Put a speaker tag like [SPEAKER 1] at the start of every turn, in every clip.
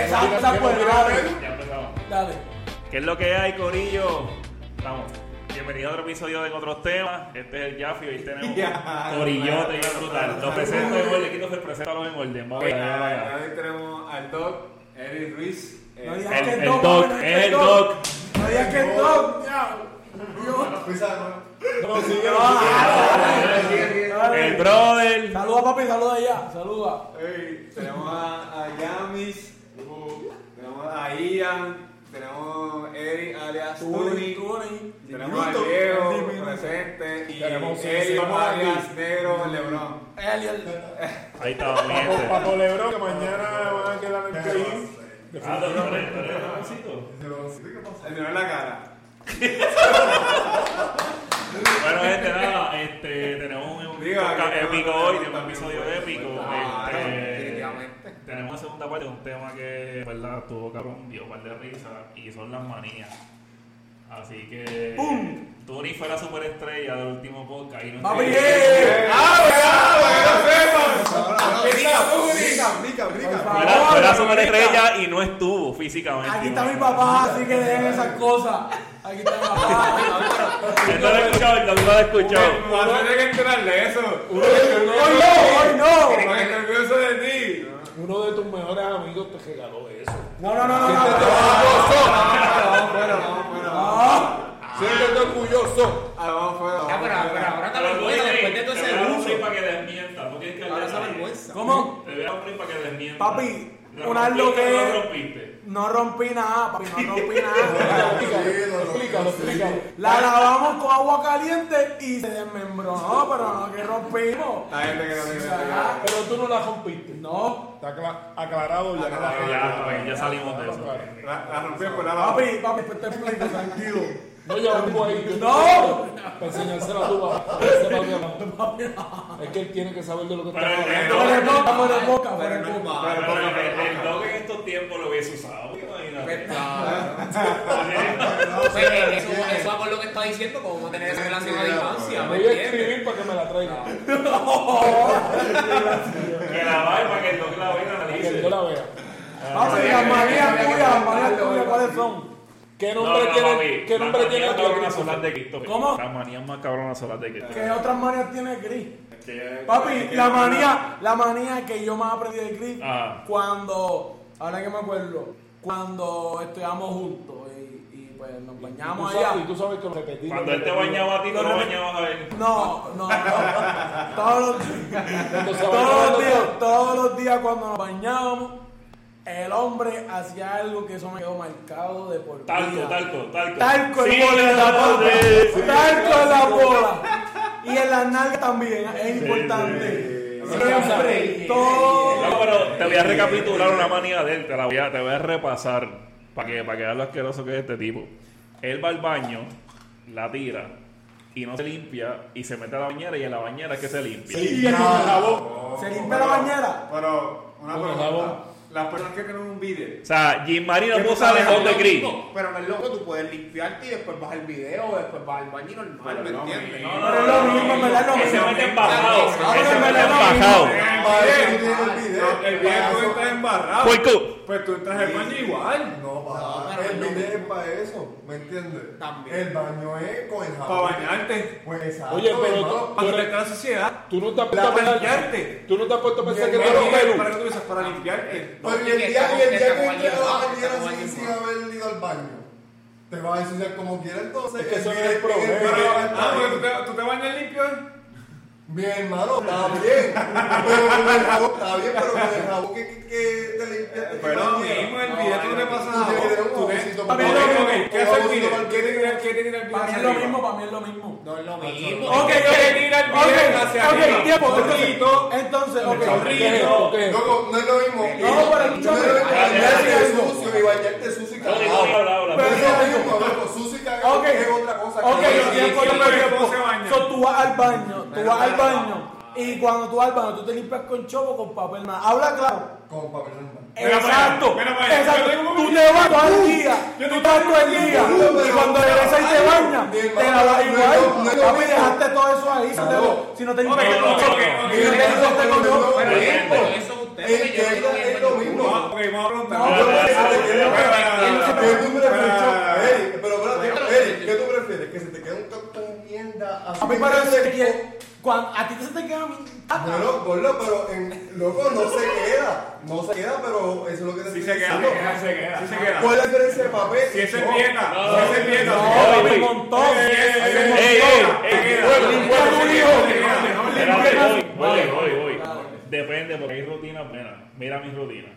[SPEAKER 1] Exacto, pues, dale.
[SPEAKER 2] Ya empezamos.
[SPEAKER 1] Dale.
[SPEAKER 2] ¿Qué es lo que hay, Corillo? Vamos. Bienvenido a otro episodio de otros temas. Este es el Jaffi. Hoy tenemos
[SPEAKER 3] Ya,
[SPEAKER 2] Corillote
[SPEAKER 3] claro,
[SPEAKER 2] brutal.
[SPEAKER 3] claro.
[SPEAKER 2] Los presento en orden. Quito, preséntalos en orden. Vamos allá, vamos allá.
[SPEAKER 3] Ahí tenemos al Doc, Eric Ruiz. eh,
[SPEAKER 1] No digas
[SPEAKER 2] El,
[SPEAKER 1] que
[SPEAKER 2] el
[SPEAKER 1] el dog,
[SPEAKER 2] dog,
[SPEAKER 1] no
[SPEAKER 2] es el
[SPEAKER 1] dog.
[SPEAKER 2] dog.
[SPEAKER 1] No digas que el dog, ya.
[SPEAKER 3] Pizarro.
[SPEAKER 2] El brother.
[SPEAKER 1] Saluda papi, saluda allá, saluda.
[SPEAKER 3] Ey, tenemos a, a Yamis, tenemos a Ian, tenemos a Eric alias
[SPEAKER 1] Tuni,
[SPEAKER 3] Tuni,
[SPEAKER 1] Tuni.
[SPEAKER 3] tenemos a
[SPEAKER 1] Diminuto.
[SPEAKER 3] Diego
[SPEAKER 1] Diminuto.
[SPEAKER 3] presente y
[SPEAKER 4] Tenemos un
[SPEAKER 3] Eric
[SPEAKER 4] Simón
[SPEAKER 3] alias
[SPEAKER 4] Luis.
[SPEAKER 3] Negro Lebron.
[SPEAKER 1] Eliel.
[SPEAKER 2] Ahí está, mi
[SPEAKER 4] Paco,
[SPEAKER 2] gente.
[SPEAKER 4] Paco Lebrón, que mañana van a quedar en play.
[SPEAKER 2] Ah, tú eres- tú eres jovencito.
[SPEAKER 3] El negro en la cara.
[SPEAKER 2] Bueno, gente, nada, este, tenemos un
[SPEAKER 3] Diga,
[SPEAKER 2] podcast
[SPEAKER 3] que no,
[SPEAKER 2] épico
[SPEAKER 3] no,
[SPEAKER 2] hoy,
[SPEAKER 3] no,
[SPEAKER 2] tenemos un
[SPEAKER 3] no,
[SPEAKER 2] episodio
[SPEAKER 3] no,
[SPEAKER 2] épico.
[SPEAKER 3] Claro,
[SPEAKER 2] este,
[SPEAKER 3] definitivamente.
[SPEAKER 2] tenemos la segunda parte de un tema que, en verdad, tuvo cabrón, dio un par de risas y son las manías. Así que.
[SPEAKER 1] ¡Pum!
[SPEAKER 2] Tony fue la superestrella del último podcast. Y no
[SPEAKER 1] Papi,
[SPEAKER 2] Fue
[SPEAKER 1] eh.
[SPEAKER 3] ¡Ah, Rica, rica,
[SPEAKER 1] Por
[SPEAKER 2] la, fue la
[SPEAKER 1] favor,
[SPEAKER 2] superestrella y no estuvo físicamente.
[SPEAKER 1] Aquí está mi papá, así que dejen esas cosas. Aquí está mi papá.
[SPEAKER 2] Él no lo ha escuchado, él no lo ha escuchado.
[SPEAKER 3] Vas a tener que enterarle eso.
[SPEAKER 1] Hoy no, hoy
[SPEAKER 3] Porque estoy orgulloso de ti.
[SPEAKER 4] Uno de tus mejores amigos te regaló eso.
[SPEAKER 1] no. No, no, no, no, no. No.
[SPEAKER 4] Siéntete orgulloso.
[SPEAKER 5] Ah, pero, pero ahora te vergüenza después de todo
[SPEAKER 2] Te
[SPEAKER 5] ese
[SPEAKER 2] voy a dar un
[SPEAKER 5] uso.
[SPEAKER 2] free para que desmienta. No tienes que
[SPEAKER 5] Ahora
[SPEAKER 2] hablar
[SPEAKER 5] esa
[SPEAKER 2] de nadie.
[SPEAKER 5] vergüenza.
[SPEAKER 1] ¿Cómo?
[SPEAKER 2] Te voy a dar un free para que desmienta.
[SPEAKER 1] Papi,
[SPEAKER 2] ¿La
[SPEAKER 1] una vez lo
[SPEAKER 2] rompiste o
[SPEAKER 1] que-
[SPEAKER 2] No rompiste.
[SPEAKER 1] No rompí nada, papi, no rompí nada.
[SPEAKER 4] Explícalo, explícalo, explícalo.
[SPEAKER 1] La lavamos con agua caliente y se desmembró. No, pero no, que rompimos.
[SPEAKER 3] La gente que no tiene
[SPEAKER 1] Ajá.
[SPEAKER 4] Ah, Pero tú no la rompiste.
[SPEAKER 1] No,
[SPEAKER 4] Está acla- aclarado ya.
[SPEAKER 3] Aclarado,
[SPEAKER 2] ya, ya, ya salimos de eso.
[SPEAKER 3] La, la rompió con la papi.
[SPEAKER 1] papi, papi, pues te explico, tranquilo.
[SPEAKER 4] No, yo vengo ahí.
[SPEAKER 1] No.
[SPEAKER 4] Para enseñárselo a tu papá. para que sepa que no. Es que él tiene que saber de lo que está
[SPEAKER 2] Pero el- el-
[SPEAKER 4] hablando.
[SPEAKER 1] Fuera de boca, fuera de boca, fuera de
[SPEAKER 3] Pero no
[SPEAKER 1] boca.
[SPEAKER 3] va.
[SPEAKER 2] Ah, Pero el- el- el dog en estos tiempos lo hubiese usado. Imagínate.
[SPEAKER 5] Pues, eh, eso, eso va con lo que está diciendo, como mantener esa relación a distancia. ¿me
[SPEAKER 4] Me iba a
[SPEAKER 5] entiendes?
[SPEAKER 4] escribir para que me la traiga.
[SPEAKER 2] Que la vaya para que el dog la vea y la Ah,
[SPEAKER 4] Para
[SPEAKER 1] Papi,
[SPEAKER 2] analice.
[SPEAKER 4] que yo la vea.
[SPEAKER 1] las manías tuyas, las manías tuyas, ¿cuáles son?
[SPEAKER 4] ¿Qué
[SPEAKER 2] No,
[SPEAKER 4] nombre
[SPEAKER 2] no,
[SPEAKER 4] tiene,
[SPEAKER 2] papi,
[SPEAKER 4] ¿qué
[SPEAKER 2] las
[SPEAKER 4] nombre tiene
[SPEAKER 2] manías
[SPEAKER 4] tu
[SPEAKER 2] cabronas
[SPEAKER 4] equipo?
[SPEAKER 2] son las de Cristo.
[SPEAKER 1] ¿Cómo?
[SPEAKER 2] Las manías más cabronas son las de Cristo.
[SPEAKER 1] ¿Qué otras manías tiene Chris? Papi, la manía, la manía que yo más aprendí de Chris
[SPEAKER 2] Ah.
[SPEAKER 1] cuando, ahora que me acuerdo, cuando estudiamos juntos y, y, pues nos
[SPEAKER 4] Tú
[SPEAKER 1] bañamos
[SPEAKER 4] sabes- Y
[SPEAKER 1] allá.
[SPEAKER 4] tú sabes que lo repetimos.
[SPEAKER 2] Cuando él te bañaba a ti, no lo bañabas a él.
[SPEAKER 1] No, no, no. Todos los días. Todos los días, todos los días cuando nos bañábamos, el hombre hacía algo que eso me quedó marcado de por
[SPEAKER 2] Talco,
[SPEAKER 1] vida.
[SPEAKER 2] talco, talco.
[SPEAKER 1] Talco en
[SPEAKER 2] Sí,
[SPEAKER 1] bola en la bola.
[SPEAKER 2] sí, sí.
[SPEAKER 1] Talco en la bola. Y en las nalgas también, es importante. Siempre, todo.
[SPEAKER 2] No, pero te voy a recapitular una manía de él, te la voy a, te voy a repasar para que, para que veas lo asqueroso que es este tipo. Él va al baño, la tira y no se limpia y se mete a la bañera y en la bañera es que se limpia.
[SPEAKER 4] Y el jabón.
[SPEAKER 1] Se limpia la bañera.
[SPEAKER 3] Pero, una
[SPEAKER 4] Con
[SPEAKER 3] pregunta.
[SPEAKER 4] jabón.
[SPEAKER 3] Las personas que tienen un video.
[SPEAKER 2] O sea, Jim Marie no pudo saber dónde Chris. No,
[SPEAKER 5] Pero no es loco, tú puedes limpiarte y después vas al video, después vas al baño y normal, ¿me
[SPEAKER 3] Pero no,
[SPEAKER 5] entiendes?
[SPEAKER 3] no,
[SPEAKER 1] Pero es lo mismo, me da lo
[SPEAKER 2] Él se
[SPEAKER 1] mismo.
[SPEAKER 2] mete embajado.
[SPEAKER 1] Ahora
[SPEAKER 2] Él se
[SPEAKER 1] me
[SPEAKER 2] mete
[SPEAKER 1] da lo
[SPEAKER 2] embajado.
[SPEAKER 1] mismo.
[SPEAKER 3] El
[SPEAKER 4] tú tienes el
[SPEAKER 3] video,
[SPEAKER 4] video.
[SPEAKER 3] el video tú estás embarrado.
[SPEAKER 2] Puerco.
[SPEAKER 3] Pues tú entras al baño igual.
[SPEAKER 6] Ah, No, papá,
[SPEAKER 5] pero
[SPEAKER 6] el
[SPEAKER 5] no.
[SPEAKER 6] bidet es para eso, ¿me entiendes?
[SPEAKER 5] También.
[SPEAKER 6] El baño es con el
[SPEAKER 3] Para
[SPEAKER 6] jabón.
[SPEAKER 3] bañarte.
[SPEAKER 6] Pues exacto,
[SPEAKER 4] Oye, pero
[SPEAKER 6] hermano.
[SPEAKER 3] Para respetar la sociedad.
[SPEAKER 4] Tú no te has puesto a
[SPEAKER 3] Para
[SPEAKER 4] pensar.
[SPEAKER 3] limpiarte.
[SPEAKER 4] Tú no te has puesto a pensar que
[SPEAKER 6] Mi
[SPEAKER 4] te lo
[SPEAKER 6] hermano,
[SPEAKER 4] pelo.
[SPEAKER 3] Para que tú dices, para limpiarte.
[SPEAKER 5] no,
[SPEAKER 6] Pero y Pues, el
[SPEAKER 5] que
[SPEAKER 6] día,
[SPEAKER 5] está-
[SPEAKER 6] y el
[SPEAKER 5] que
[SPEAKER 6] día
[SPEAKER 5] está
[SPEAKER 6] que ah,
[SPEAKER 5] con
[SPEAKER 6] entres
[SPEAKER 5] alguien, que
[SPEAKER 6] a la
[SPEAKER 5] está con
[SPEAKER 6] bañera sin,
[SPEAKER 5] alguien,
[SPEAKER 6] sin
[SPEAKER 5] ¿no?
[SPEAKER 6] haber ido al baño, te vas a ensuciar como quieras, entonces.
[SPEAKER 4] Es que eso no
[SPEAKER 6] bidet-
[SPEAKER 4] es el problema.
[SPEAKER 6] bidet para bañar.
[SPEAKER 3] Ah, porque tú te- tú te bañas limpio. ¿eh?
[SPEAKER 6] Mi hermano, está bien, pero con el jabón, está bien, pero con el jabón que, que, que te limpiaste.
[SPEAKER 3] Pero no, mismo el video tú le pasas a
[SPEAKER 6] Tú
[SPEAKER 3] ¿Qué
[SPEAKER 6] tienes
[SPEAKER 3] es
[SPEAKER 6] un
[SPEAKER 1] Para mí es lo mismo.
[SPEAKER 3] el ¿Qué hace el video? ¿Qué tira- qué tira el video?
[SPEAKER 1] Para mí
[SPEAKER 3] hacia
[SPEAKER 1] es lo
[SPEAKER 3] arriba?
[SPEAKER 1] mismo, para mí es lo mismo.
[SPEAKER 5] No es lo mismo.
[SPEAKER 1] Ok, ok,
[SPEAKER 3] que tira el video hacia
[SPEAKER 1] ok,
[SPEAKER 3] arriba.
[SPEAKER 1] ok, tiempo.
[SPEAKER 3] Chorrito.
[SPEAKER 1] Entonces, ok.
[SPEAKER 3] Chorrito.
[SPEAKER 4] ¿Qué es esto? ¿Qué es esto?
[SPEAKER 6] Loco, no es lo mismo.
[SPEAKER 1] No, pero
[SPEAKER 6] No es lo
[SPEAKER 1] escúchame.
[SPEAKER 6] mismo bañarte
[SPEAKER 1] Espérate,
[SPEAKER 6] sucio y bañarte sucio y
[SPEAKER 2] Tony,
[SPEAKER 6] cagado.
[SPEAKER 2] Tony, habla, habla.
[SPEAKER 6] Pero
[SPEAKER 1] Pero
[SPEAKER 6] eso
[SPEAKER 1] eso
[SPEAKER 6] es mismo, loco, sucio y cagado
[SPEAKER 1] Ok.
[SPEAKER 6] es otra cosa.
[SPEAKER 1] Ok,
[SPEAKER 6] que
[SPEAKER 1] yo
[SPEAKER 6] no
[SPEAKER 1] tiempo,
[SPEAKER 3] sí,
[SPEAKER 1] yo
[SPEAKER 6] es-
[SPEAKER 3] sí,
[SPEAKER 1] tiempo.
[SPEAKER 3] sí, se baña.
[SPEAKER 1] So, tú vas al baño, tú vas al baño. Y cuando tú vas al baño, tú te limpias con chopo o con papel más. Habla claro.
[SPEAKER 6] Con papel normal.
[SPEAKER 3] Mira para allá,
[SPEAKER 1] Exacto.
[SPEAKER 3] mira para allá.
[SPEAKER 1] Exacto.
[SPEAKER 3] Yo tengo
[SPEAKER 1] Tú
[SPEAKER 3] un-
[SPEAKER 1] te vas todo el
[SPEAKER 3] Yo
[SPEAKER 1] día. Tú
[SPEAKER 3] tengo
[SPEAKER 1] estás todo el
[SPEAKER 3] un-
[SPEAKER 1] día.
[SPEAKER 6] Pero-
[SPEAKER 1] Y cuando regresas y te bañas, te la
[SPEAKER 6] Mi hermano,
[SPEAKER 1] das
[SPEAKER 6] no, no, no,
[SPEAKER 1] igual.
[SPEAKER 6] no,
[SPEAKER 1] Papi,
[SPEAKER 6] no.
[SPEAKER 1] dejaste todo eso ahí. si te- Si no te
[SPEAKER 3] Ok,
[SPEAKER 1] importa
[SPEAKER 3] ok,
[SPEAKER 1] mucho.
[SPEAKER 3] ok, ok.
[SPEAKER 1] Mira,
[SPEAKER 6] Mi
[SPEAKER 1] yo
[SPEAKER 6] hermano,
[SPEAKER 1] no tengo
[SPEAKER 6] no,
[SPEAKER 1] yo.
[SPEAKER 6] no,
[SPEAKER 5] Pero eso
[SPEAKER 6] no, no.
[SPEAKER 5] eso es usted. Es que yo
[SPEAKER 6] Es
[SPEAKER 5] digo
[SPEAKER 6] Eh, que
[SPEAKER 5] bien,
[SPEAKER 6] es lo
[SPEAKER 5] bueno,
[SPEAKER 6] mismo.
[SPEAKER 3] No, ok, vamos a preguntar.
[SPEAKER 1] No,
[SPEAKER 6] Yo pensé que te quedó- ¿Qué tú prefieres?
[SPEAKER 3] Espera,
[SPEAKER 6] Eric, pero espérate, Eric, ¿qué tú prefieres? ¿Que se te quede un tacón mierda así?
[SPEAKER 1] A mí me parece que cuando a ti te se te queda mi
[SPEAKER 6] Bueno, gordo, pero en loco no se queda. No se queda, pero eso es lo que te
[SPEAKER 3] Si
[SPEAKER 6] estoy
[SPEAKER 3] se queda,
[SPEAKER 6] diciendo.
[SPEAKER 3] se queda, si se queda.
[SPEAKER 6] ¿Cuál es la diferencia de papel?
[SPEAKER 3] Si ese
[SPEAKER 6] No.
[SPEAKER 3] pieza,
[SPEAKER 2] No,
[SPEAKER 3] si ese pieza,
[SPEAKER 2] no,
[SPEAKER 3] si
[SPEAKER 1] hay un
[SPEAKER 2] Ey,
[SPEAKER 1] montón.
[SPEAKER 3] ey,
[SPEAKER 1] Hay un
[SPEAKER 2] ey,
[SPEAKER 1] montón.
[SPEAKER 2] ey, ey,
[SPEAKER 1] Bueno, bueno,
[SPEAKER 2] ey, bueno,
[SPEAKER 1] hijo,
[SPEAKER 3] bueno,
[SPEAKER 2] Espérate, voy,
[SPEAKER 1] Vale.
[SPEAKER 2] voy, voy, voy.
[SPEAKER 1] Vale.
[SPEAKER 2] Depende, porque hay rutinas buenas. Mira mis rutinas.